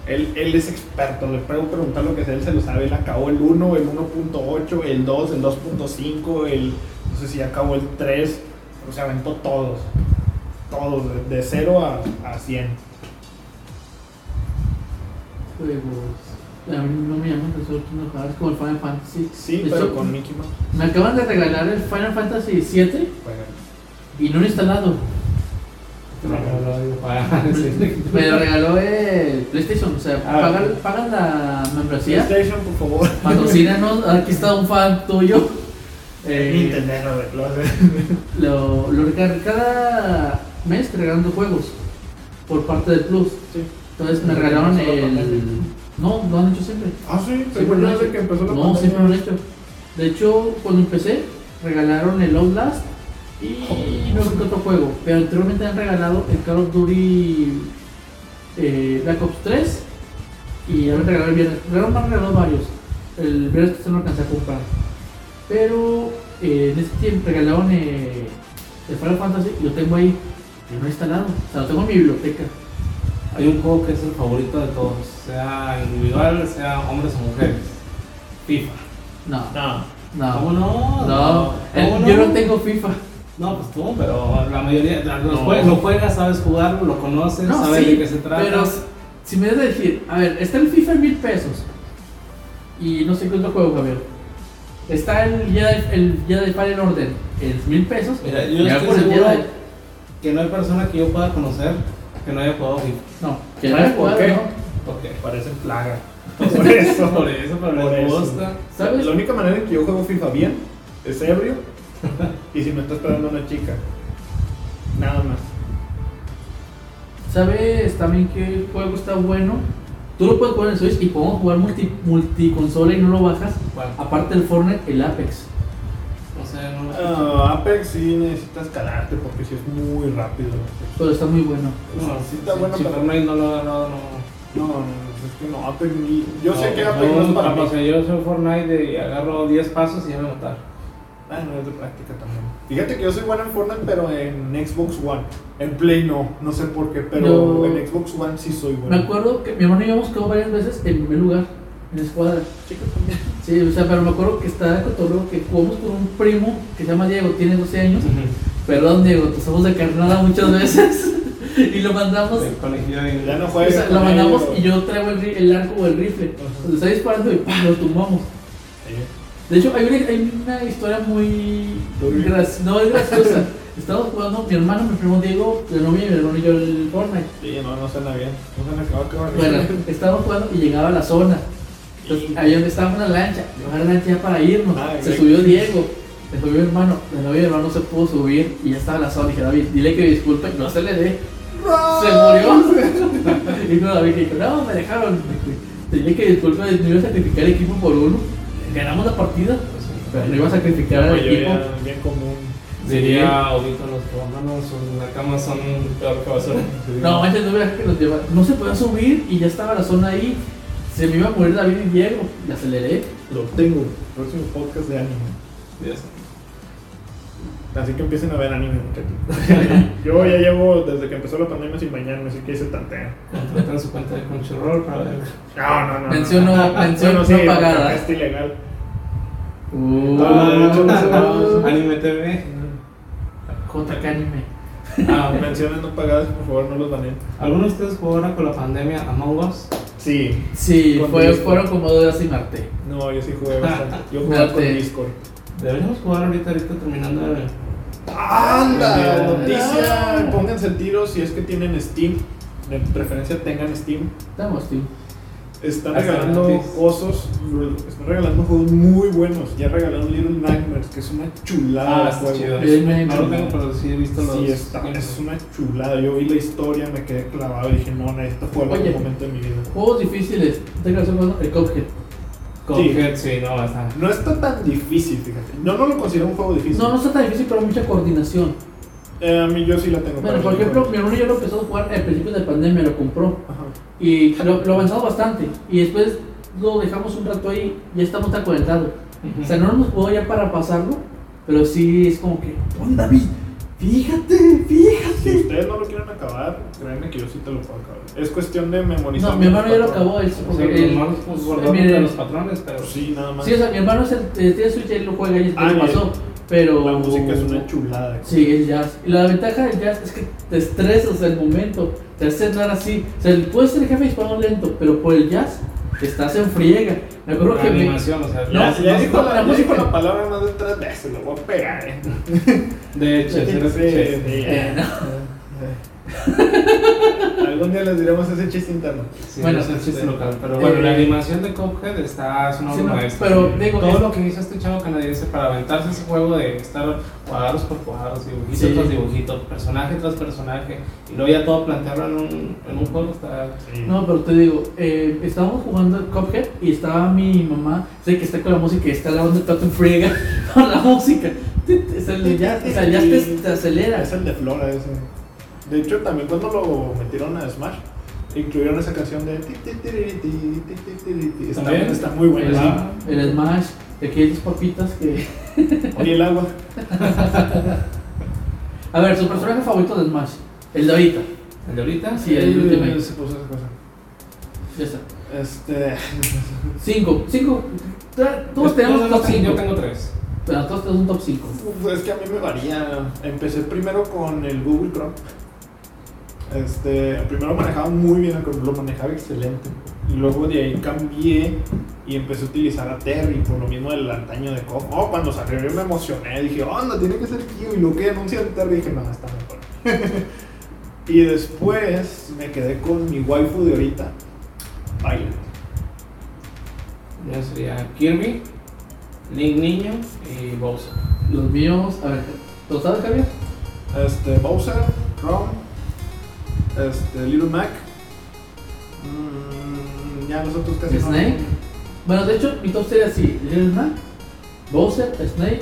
Él, él es experto, le puedo preguntar lo que sea, él se lo sabe. Él acabó el 1, el 1.8, el 2, el 2.5, el. No sé si ya acabó el 3. O sea, aventó todos. Todos, de, de 0 a, a 100. Juegos. A mí no me llaman de Soul Kingdom Hearts como el Final Fantasy. Sí, De pero hecho, con Mickey Mouse. Me acaban de regalar el Final Fantasy 7 Juega. y no lo he instalado. [laughs] Me lo regaló el PlayStation, o sea, Ah, pagan, ok. pagan la membresía. PlayStation, por [laughs] favor. Patrocínanos, aquí está un fan tuyo. Eh, Nintendo, a ver, lo hace. lo, lo regalan cada mes te regalan dos juegos por parte del Plus. Sí. Entonces me regalaron el. No, lo han hecho siempre. Ah, sí, Siempre según lo yo han desde hecho. que empezó la No, pandemia. siempre lo han hecho. De hecho, cuando empecé, regalaron el Outlast y no sé qué otro juego. Pero anteriormente han regalado el Call of Duty eh, Black Ops 3 y han regalado el viernes. Regalaron, han regalado varios. El viernes que no alcancé a comprar. Pero eh, en ese tiempo regalaron eh, el Final Fantasy y lo tengo ahí. Yo no he instalado, o sea, lo tengo en mi biblioteca. Hay un juego que es el favorito de todos, sea individual, sea hombres o mujeres. FIFA. No, No. no, no. no? El- ¿Cómo yo Ah. no tengo FIFA. No, pues tú, pero la mayoría la- lo, No. jue- lo juegas, sabes jugarlo, lo conoces, No, sabes sí, de qué se trata. Pero si me das a decir, a ver, está el FIFA en mil pesos. Y no sé qué otro juego, Javier. Está el Jedi, el Jedi Fallen Order en mil pesos. Mira, yo Me voy estoy por el seguro Jedi. que no hay persona que yo pueda conocer que no haya jugado FIFA. No, que no ¿Sabes haya por jugado, qué? ¿no? Ok. Parecen plaga. [laughs] Por eso. Por eso, pero Por les eso. gusta. ¿Sabes? La única manera en que yo juego FIFA bien es [laughs] ebrio y si me está esperando una chica. Nada más. ¿Sabes también qué juego está bueno? Tú lo puedes jugar en Switch y podemos jugar multi, multiconsola y no lo bajas. ¿Cuál? Aparte del Fortnite, el Apex. O sea, todavía no lo escucho. Ah, Apex sí necesitas calarte porque sí es muy rápido. Pero está muy bueno. No, sí está si- bueno, si pero- Fortnite no lo ha ganado, no. No, no, es que no, Apex ni- Yo sé No, que Apex no, es para o mí. sea, yo soy Fortnite de- y agarro 10 pasos y ya me matar. Ah, no, es de práctica también. Fíjate que yo soy bueno en Fortnite, pero en Xbox One. En Play no, no sé por qué, pero Yo- en Xbox One sí soy bueno. Me acuerdo que mi hermano y yo hemos quedado varias veces en primer lugar en la escuadra. Sí, o sea, pero me acuerdo que estaba en Cotorreo que jugamos con un primo que se llama Diego, tiene 12 años. Perdón, Diego, te somos de carnada muchas veces. [laughs] y lo mandamos. El colegio de- Ya no o juegas. sea, lo mandamos y yo traigo el, ri- el arco o el rifle. Ajá. Lo está disparando y ¡pam! lo tumbamos. De hecho, hay una, hay una historia muy. Turbia. grac- no, es graciosa. [laughs] Estábamos jugando mi hermano, mi primo Diego, la novia y mi hermano y yo el Fortnite. Sí, no, no suena bien. No suena que va a acabar bien. [laughs] Bueno, pues, estábamos jugando y llegaba a la zona. Entonces, había, estaba una lancha, llegaba la lancha ya para irnos. Ah, se ok. subió Diego, se subió mi hermano, la novia de mi hermano no se pudo subir y ya estaba la zona. Dije, David, dile que disculpe, no se le dé. Se murió. [laughs] y no, David dijo, no, me dejaron. Dile que disculpe, no iba a sacrificar equipo por uno. Ganamos la partida, pero no iba a sacrificar al Oye, equipo. ya, bien común. Diría ahorita los romanos en la cama son peor que basura. No, manches, no hubiera que nos lleva. No se podía subir y ya estaba la zona ahí. Se me iba a morir David y Diego. Y aceleré. Lo tengo. Próximo podcast de anime. Dios. Así que empiecen a ver anime, muchachos. [laughs] Yo ya llevo desde que empezó la pandemia sin bañarme, así que hice tanteo. Contratan su cuenta de Crunchyroll para ver. No, no, no. Mención no, no- mención no porque pagada. acá Es ilegal. Uh, no, no, [laughs] no. Anime TV. contra qué anime. Ah, ok. Menciones no pagadas, por favor, no los baneen. ¿Alguno de ustedes jugaron con la pandemia Among Us? Sí. Sí, Con fue, Discord. fueron como dos horas y Marte. No, yo sí jugué bastante. Yo jugaba Date. con Discord. Deberíamos jugar ahorita, ahorita terminando el... ¡Anda! Dios. Noticia. Pónganse el tiro si es que tienen Steam. De preferencia tengan Steam. Estamos, tío. Están Hasta regalando gratis. osos, están regalando juegos muy buenos. Ya regalaron Little Nightmares, que es una chulada. de está juego. chido. Es una No lo chulada. tengo, pero sí he visto los... Ah, Sí, está, es una chulada. Yo vi la historia, me quedé clavado y dije, no, no, esto fue el Oye. mejor momento de mi vida. Juegos difíciles. Tengo que hacer uno, el Cuphead. Cuphead, sí, no, está... No está tan difícil, fíjate. Yo no lo considero un juego difícil. No, no está tan difícil, pero mucha coordinación. Eh, a mí yo sí la tengo. Bueno, para por mí, ejemplo, mi bueno. hermano y yo lo empezó a jugar al principio de la pandemia, lo compró. Ajá. Y lo, lo avanzamos bastante. Y después lo dejamos un rato ahí y ya estamos tan conectados. O sea, no nos jugó ya para pasarlo, pero sí es como que, ¡pon David! ¡Fíjate! Si ¡Fíjate! ustedes no lo quieren acabar, créanme que yo sí te lo puedo acabar. Es cuestión de memorizar. No, mi hermano ya lo acabó. él- O sea, él- normal, pues, guardando Mire. los patrones, pero... Sí, nada más. Sí, o sea, mi hermano es el, eh, tiene Switch y él lo juega y Ah, lo bien. pasó. Pero. La música es una chulada. Sí, el jazz. Y la ventaja del jazz es que te estresas el momento, te hace entrar así. O sea, puedes ser el jefe disparando lento, pero por el jazz estás en friega. Me acuerdo la que me, animación, o sea... Ya, No, ya no, dijo, no, la, la ya música- dijo la palabra más de tres veces, lo voy a pegar, eh. De hecho, sí, Sí, sí, sí, sí. Eh, [laughs] Algún día les diremos ese chiste interno. sí, Bueno, no sé si es sí. local, pero bueno, Eh, la animación de Cuphead está, es una Sí, obra no, maestra. pero sí. digo, todo es- lo que hizo este chavo canadiense para aventarse ese juego de estar cuadros por cuadros, dibujito Sí. tras dibujito, personaje tras personaje, y luego ya todo plantearlo en un, en un juego está... No, pero te digo, eh, estábamos jugando al Cuphead y estaba mi mamá, sé que está con la música y está lavando el plato en friega [laughs] con la música. O sea, el jazz, o sea, el jazz te, te acelera. Es el de Flora ese. De hecho, también cuando lo metieron a Smash, incluyeron esa canción de. ti, ti, tiri, ti, ti, ti, tiri, ti. Está, También. está muy El, buena. el Smash, de aquellas papitas que. Y el agua. A ver, su personaje favorito de Smash, el de ahorita. ¿El de ahorita? Sí, el Ultimate. Se puso pues, esa cosa. Ya está. Este. [laughs] Cinco, cinco. ta- Todos Yo- tenemos yo- top cinco. Yo tengo tres. Pero todos tenemos un top cinco. Uf, Es que a mí me varía. Empecé primero con el Google Chrome. Este, primero manejaba muy bien el Chrome, lo manejaba excelente. Y luego de ahí cambié y empecé a utilizar a Terry por lo mismo del antaño de Cobb. Oh, cuando salió yo me emocioné, dije, oh, no, tiene que ser Q. Y lo que anuncian Terry dije, no, está mejor. [laughs] y después me quedé con mi waifu de ahorita, Violet. Yo sería Kirby, Link Niño y Bowser. Los míos, a ver, ¿lo sabes, Javier? Este, Bowser, Rom, este, Little Mac. Mm, ya nosotros casi no- Snake. Bueno, de hecho, mi top sería así: Lil Mac, Bowser, Snake,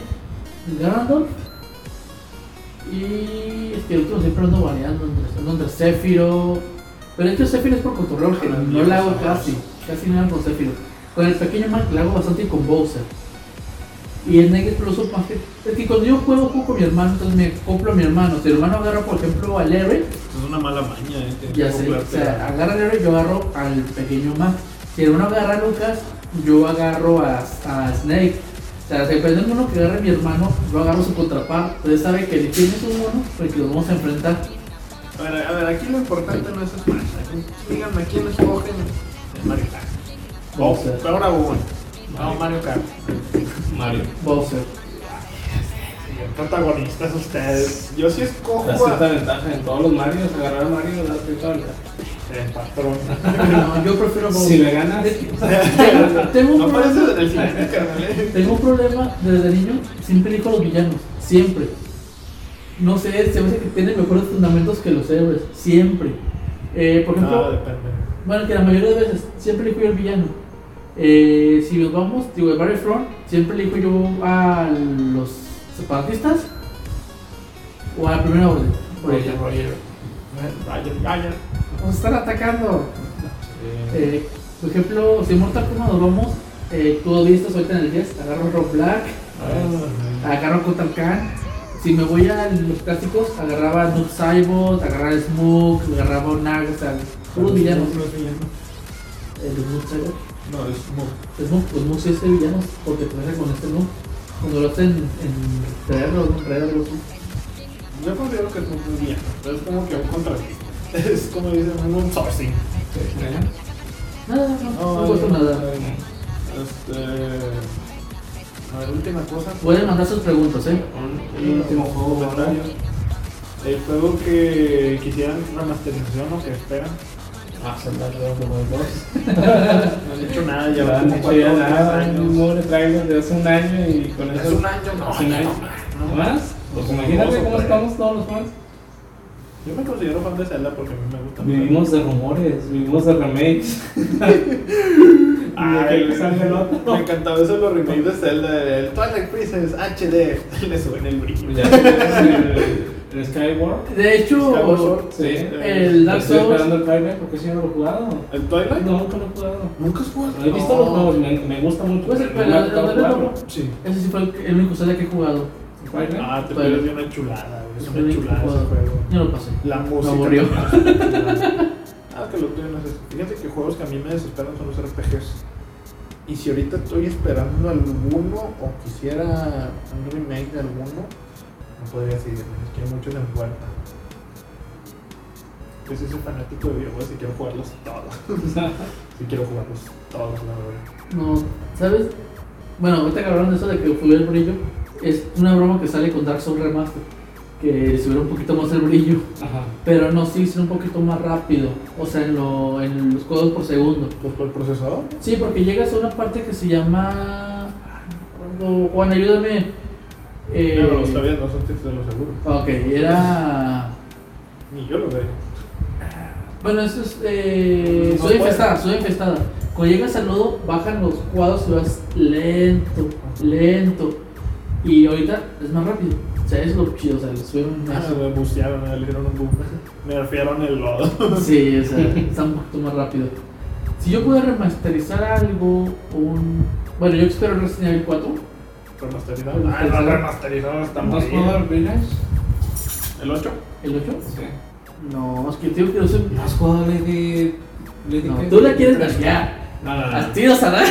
Ganondorf. Y este último siempre ando variando entre, ando entre Zephyro. Pero entre Zephyro es por cotorreo, que Ah, no Dios, la hago Dios. casi. Casi no hago Zephyro. Con el pequeño Mac la hago bastante y con Bowser. Y el Next lo uso más que. Es que cuando yo juego, juego con mi hermano, entonces me compro a mi hermano. Si el hermano agarra, por ejemplo, al R, Es una mala maña, eh. tener ya que sé, o acoplarte sea, a- agarra el R, yo agarro al pequeño Mac. Si el hermano agarra a Lucas, yo agarro a, a Snake. O sea, dependiendo de uno que agarre mi hermano, yo agarro su contraparte. Entonces sabe que le tiene su mono, porque los vamos a enfrentar. A ver, a ver, aquí lo importante no es Smash. aquí- Díganme quién escogen en Mario Kart. Oh, Bowser. ahora Google. Vamos, Mario Kart. Mario. [laughs] Bowser. Protagonistas ustedes. Yo sí escojo La cierta a... ventaja en todos los Marios, agarrar a Mario la cierta ventaja. El patrón. No, yo prefiero Bowser. Si le ganas, Es que tengo- [laughs] tengo un No problema- pareces el final, carnal, [laughs] eh. Tengo un problema desde niño, siempre elijo a los villanos, siempre. No sé, se me hace que tienen mejores fundamentos que los héroes, siempre. Eh, por ejemplo, Ah, No, depende. bueno, que la mayoría de veces siempre elijo yo al villano. Eh, si nos vamos, digo, el Battlefront, siempre elijo yo a los separatistas o a la primera orden. por Roger, ejemplo. Roger. Vaya, vaya. Nos están atacando. Eh, por ejemplo, si en Mortal Kombat nos vamos, eh, tú vistas ahorita en el 10, agarro a Rob Black. Eh. Ah, agarro Kotal Kahn. Si me voy a los clásicos, agarraba Noob Saibot, agarraba Smoke, agarraba Nag, o sea, puros villanos. Puros villanos. El de Noob Saibot. No, es como... Smoke, pues Smoke sí es de villanos, porque te vas con este Noob. Cuando lo hacen en traerlo, en traerlo, Yo considero que es un villano. pero Es como que un contratista. [laughs] Es como dicen, un sourcing. nada, no, no, cuesta nada. Este. A ver, última cosa. Pueden mandar sus preguntas, ¿eh? El último juego, ¿verdad? El juego que quisieran remasterización o que esperan. Ah, Zelda Dragon Ball 2. No han hecho nada, ya Ya van han como hecho ya cuatro nada, un años. pobre trailer de hace un año y con eso. Hace un año, no. Hace un año. no, no. ¿Más? Pues imagínate cómo estamos todos los fans. Yo me considero fan de Zelda porque a mí me gusta. mucho. Vivimos de rumores, vivimos de remakes. [laughs] Ay, Ay, que salga el otro. me encantaba eso los remakes de Zelda. El Twilight Princess HD. [laughs] Le suben el brillo. Ya tenemos [laughs] el, De el Skyward. Skyward hecho, Sword. Sí. el Dark Estoy esperando Souls, el trailer porque si no lo he jugado. ¿El Twilight? No, nunca lo he jugado. ¿Nunca has jugado? He visto los juegos, me, me gusta mucho. Pues el- pero no me ha el- tocado el- el- jugarlo. Sí. ese sí fue el el único Zelda que he jugado. ¿El Twilight? Ah, te Twilight. pierdes de una chulada, güey. Es Fue el una único chulada ese juego. juego. Yo lo pasé. La música. [laughs] aburrió. ah, que lo tuyo no es- Fíjate que juegos que a mí me desesperan son los RPGs. Y si ahorita estoy esperando alguno o quisiera un remake de alguno, no podría decir, es que hay muchos en puerta. Yo sí soy fanático de videojuegos y quiero jugarlos todos. [laughs] sí quiero jugarlos todos, la verdad. No, ¿sabes? Bueno, ahorita que hablaron de eso de que subió el brillo, es una broma que sale con Dark Souls Remaster, que subió un poquito más el brillo, Ajá. pero no, sí, sino un poquito más rápido, o sea, en, lo- en los codos por segundo. Pues por el procesador. Sí, porque llegas a una parte que se llama... Cuando, Juan, ayúdame. Eh, no, lo sabía, no son tips, te lo seguro. ok, era... Ni yo lo veo. Bueno, eso es. Eh, No soy puede. infestada, soy infestada. Cuando llegas al nodo, bajan los cuadros y vas lento, lento. Y ahorita es más rápido. O sea, es lo chido, o sea, le subieron Ah, más. me bucearon, me dieron un boom. [laughs] Me nerfearon el lodo. Sí, o sea, está un poquito más rápido. Si yo pudiera remasterizar algo, un. Bueno, yo espero Resident Evil 4. Remasterizado. Ah, no, remasterizado está ¿No has muy jugado bien. el Village? ¿El 8? ¿El 8? Sí. No, es que yo digo que no soy. ¿No has jugado Lady. Lady No, qué? tú la quieres dañar. No, no, no. Ah, Has tido sanar.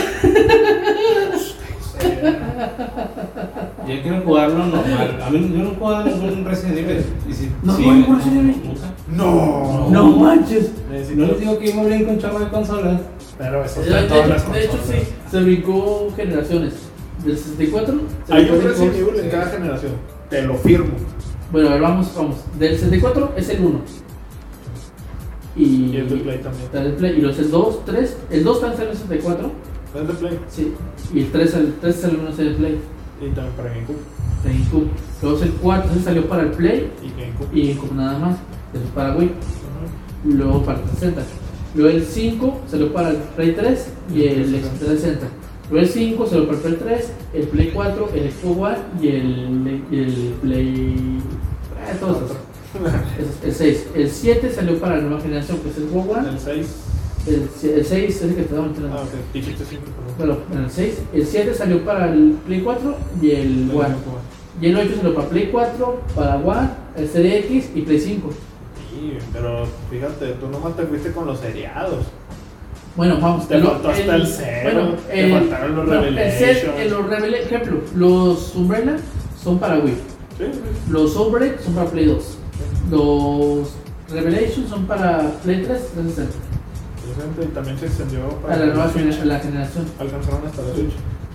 Yo quiero jugarlo normal. [laughs] A mí yo no juego ningún Resident Evil. Y si, No si juego ningún no, Resident Evil. nunca. No. No manches. Eh, No Necesito. les digo que yo me brinco un chorro de consolas. Pero eso De, está en todas las de- de hecho, consolas. sí, se brincó generaciones. Del 64. se Hay brincó un Xbox. Resident Evil en cada generación. Te lo firmo. Bueno, a ver, vamos, vamos. Del 64 es el 1. Y, Y el de Play también. Está el Play. Y los el 2, 3. El 2 está en el 64. Es de Play. Sí. Y el 3, el 3 salió en el Play. Y también para GameCube. De GameCube. Luego el 4 se salió para el Play Y GameCube. y GameCube nada más. Después para Wii. Ajá. Luego para el 60. Luego el 5 salió para el Play 3 y el Xbox 360. Luego el 5 se lo compró el 3, el Play 4, el Xbox One y el, y el Play. eh, todos esos. Esos, El 6. El 7 salió para la nueva generación, que es el Xbox One. El 6. El, si- el 6 es el que te da un Ah, ok. Dijiste 5, perdón. Bueno, en el 6. El 7 salió para el Play 4 y el One. Y el 8 salió para Play 4, para One, el Serie X y Play 5. Sí, pero fíjate, tú nomás te fuiste con los seriados. Bueno, vamos. Te lo- faltó hasta el cero, te faltaron los bueno, El set, Revelations. el- los Revelation. Ejemplo, los Umbrella son para Wii. Sí, sí. Los Outbreak son para Play 2. Los Revelations son para Play 3, 360. Precisamente, Y también se extendió Para la nueva gener- la generación. Alcanzaron hasta la Switch.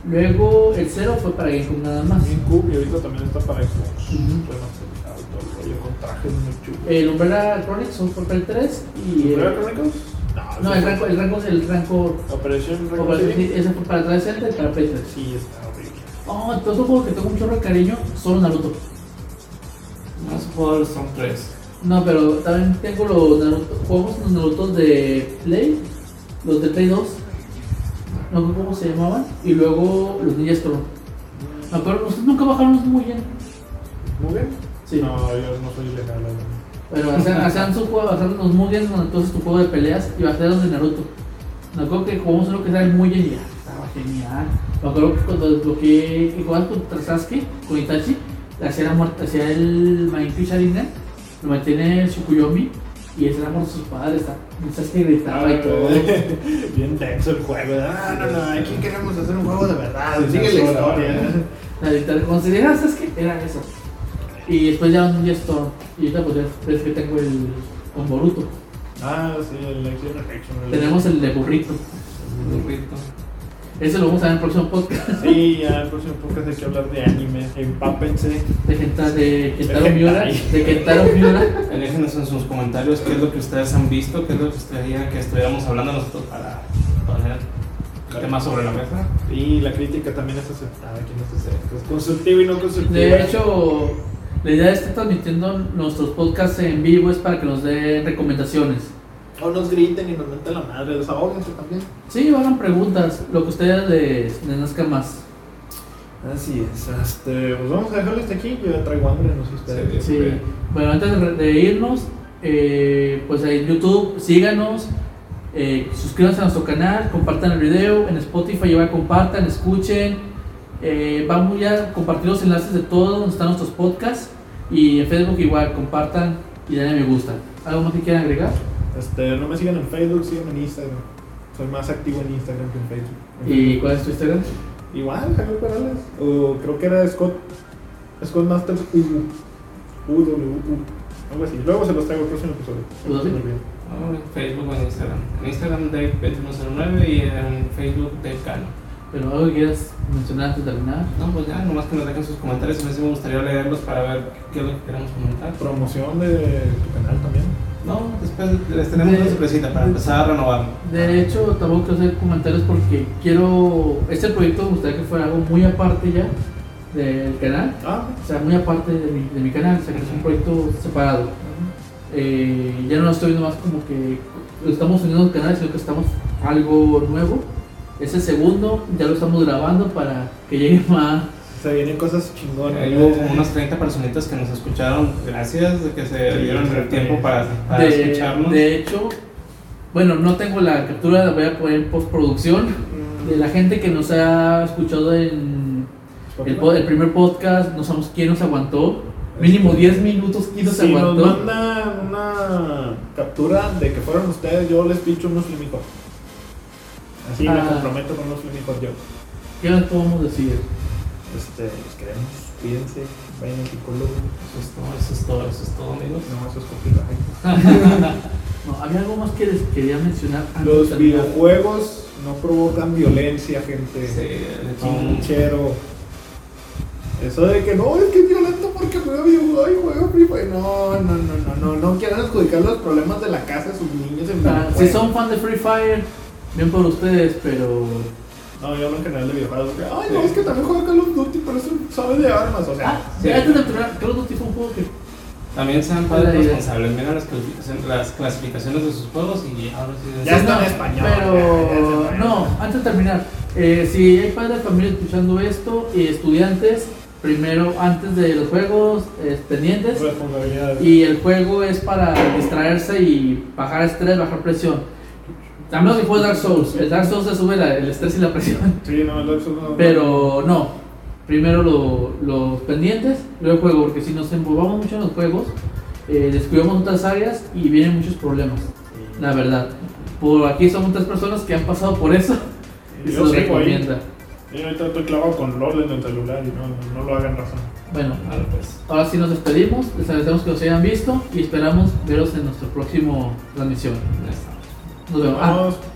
Luego el 0 fue para GameCube nada más. GameCube y ahorita también está para Xbox. Ujú. Remasterizado y todo el rollo con trajes muy chulos. El Umbrella Chronicles son por Play 3 y. eh, ¿Umbrella Chronicles? no, ese el fue- rango, el rango es el rango. Operation o Record para- City. Ese fue para 360 y para Play 3. Sí, está horrible. Oh, todos los juegos que tengo un chorro de cariño son los Naruto. Más jugadores son tres. No, pero también tengo los Naruto, juegos los Naruto de Play, los de Play 2, no sé cómo se llamaban, y luego los Ninja Storm. Me acuerdo, ustedes nunca bajaron los muy bien. ¿Muy bien? Sí. No, yo no soy legal. Pero hacían, hacían su juego, hacían los Mugen, bueno, entonces tu juego de peleas y bajaron los de Naruto. Me acuerdo que jugamos uno que era el Mugen y ya, estaba genial. Me acuerdo que cuando desbloqueé que jugabas contra Sasuke, con Itachi, le hacía, la muerte, hacía el Maimpi Sharingan, lo mantiene el Tsukuyomi y ese era por sus padres. está- Sasuke gritaba y todo. [laughs] Bien tenso el juego. Ah, no, no, aquí queremos hacer un juego de verdad. Sí, Sigue sí, la sí, historia. sí. La literal, cuando se llega a Sasuke, era eso. Y después ya un Storm. Y ahorita pues ya ves que tengo el con Boruto. Ah, sí, el Action Reaction. Tenemos el de burrito. Un burrito. Ese lo vamos a ver en el próximo podcast. Sí, ya el próximo podcast hay que hablar de anime. Empápense. de Kenta- de Kentaro De Miura, Hentai. de Kentaro [laughs] Miura, Eh, Déjenos en sus comentarios qué es lo que ustedes han visto, qué es lo que ustedes que estuviéramos hablando nosotros para poner temas sobre la mesa. Y la crítica también es aceptada aquí en este set. Es constructiva y no constructiva. De hecho, la idea de estar transmitiendo nuestros podcasts en vivo es para que nos den recomendaciones. O nos griten y nos meten la madre. Desahóguense también. Sí, o hagan preguntas, lo que ustedes les, les nazca más. Así es. Este, pues vamos a dejarlo hasta aquí. Yo ya traigo hambre, no sé ustedes. Sí. Sí. Bueno, antes de, de irnos, eh, pues en YouTube síganos, eh, suscríbanse a nuestro canal, compartan el video, en Spotify igual compartan, escuchen, eh, vamos ya a compartir los enlaces de todos donde están nuestros podcasts y en Facebook igual compartan y denle me gusta. ¿Algo más que quieran agregar? Este, no me sigan en Facebook, síganme en Instagram. Soy más activo en Instagram que en Facebook. ¿Y cuál es tu Instagram? Igual, Javier Perales. O creo que era Scott. Scott Masters UW. UWU. Algo así. Luego se los traigo el próximo episodio. ¿Todo bien? Muy bien. Ah, En Facebook o en Instagram. En Instagram Dave2109 y en Facebook Dave Cano. Pero algo que quieras mencionar antes de terminar. No, pues ya, nomás que nos dejen sus comentarios. A veces me gustaría leerlos para ver qué es lo que queremos comentar. Promoción de tu canal también. No, después les tenemos una sorpresita para empezar a renovar. De hecho, tampoco quiero hacer comentarios porque quiero. Este proyecto me gustaría que fuera algo muy aparte ya del canal. Ah, o sea, muy aparte de mi, de mi canal, o sea, que es un proyecto separado. Eh, ya no lo estoy viendo más como que lo estamos uniendo los canales, sino que estamos algo nuevo. Ese segundo ya lo estamos grabando para que llegue más. se vienen cosas chingonas. Ahí hubo como unas 30 personitas que nos escucharon. Gracias de que se dieron el tiempo para, para De, escucharnos. de hecho, bueno, no tengo la captura, la voy a poner en postproducción. Mm, De la gente que nos ha escuchado en el, po- el primer podcast, no sabemos quién nos aguantó. Mínimo 10 minutos, quién nos si nos aguantó. mandan una captura de que fueron ustedes, yo les picho unos flamingos. Así me Ah. comprometo con unos flamingos yo. ¿Qué les podemos decir? Este, los queremos, cuídense, vayan al psicólogo. Eso es todo, eso es todo, eso es todo, amigos. No, eso es copyright. No, había algo más que les quería mencionar. antes de Los terminar. videojuegos no provocan violencia, gente. Sí, de todo un- Chinchero. Eso de que no, es que es violento porque juega videojuegos y juega Free Fire. No, no, no, no, no. No quieran adjudicar los problemas de la casa a sus niños en Ah, videojuegos. si son fan de Free Fire, bien por ustedes, pero. No, yo hablo en general de videojuegos. que, Ay, no, es que también juega Call of Duty, pero eso sabe de armas. O Ah, sea, sí. antes de terminar, Call of Duty fue un juego que. También sean padres Hola, Ida. responsables. Miren las, clasificaciones- las clasificaciones de sus juegos y ahora sí. Ya Sí, está no, en español, ya, ya Pero. está en No, antes de terminar, Eh, si hay padres de familia escuchando esto y estudiantes, primero antes de los juegos, eh, pendientes. Responsabilidad. Y el juego es para distraerse y bajar estrés, bajar presión. También que juegas Dark Souls. El Dark Souls se sube la- el estrés y la presión. Sí, no, el Dark Souls no. Pero no. Primero lo- los pendientes, luego el juego, porque si nos envolvamos mucho en los juegos, eh, descuidamos otras áreas y vienen muchos problemas. La verdad. Por aquí somos tres personas que han pasado por eso [laughs] y se Yo los sigo ahí. recomienda. Yo ahorita estoy clavado con LOL en el celular y no, no lo hagan razón. Bueno, Vale, pues. ahora sí nos despedimos. Les agradecemos que nos hayan visto y esperamos veros en nuestro próximo transmisión. Ya está. Nos vemos. Ah, Vamos.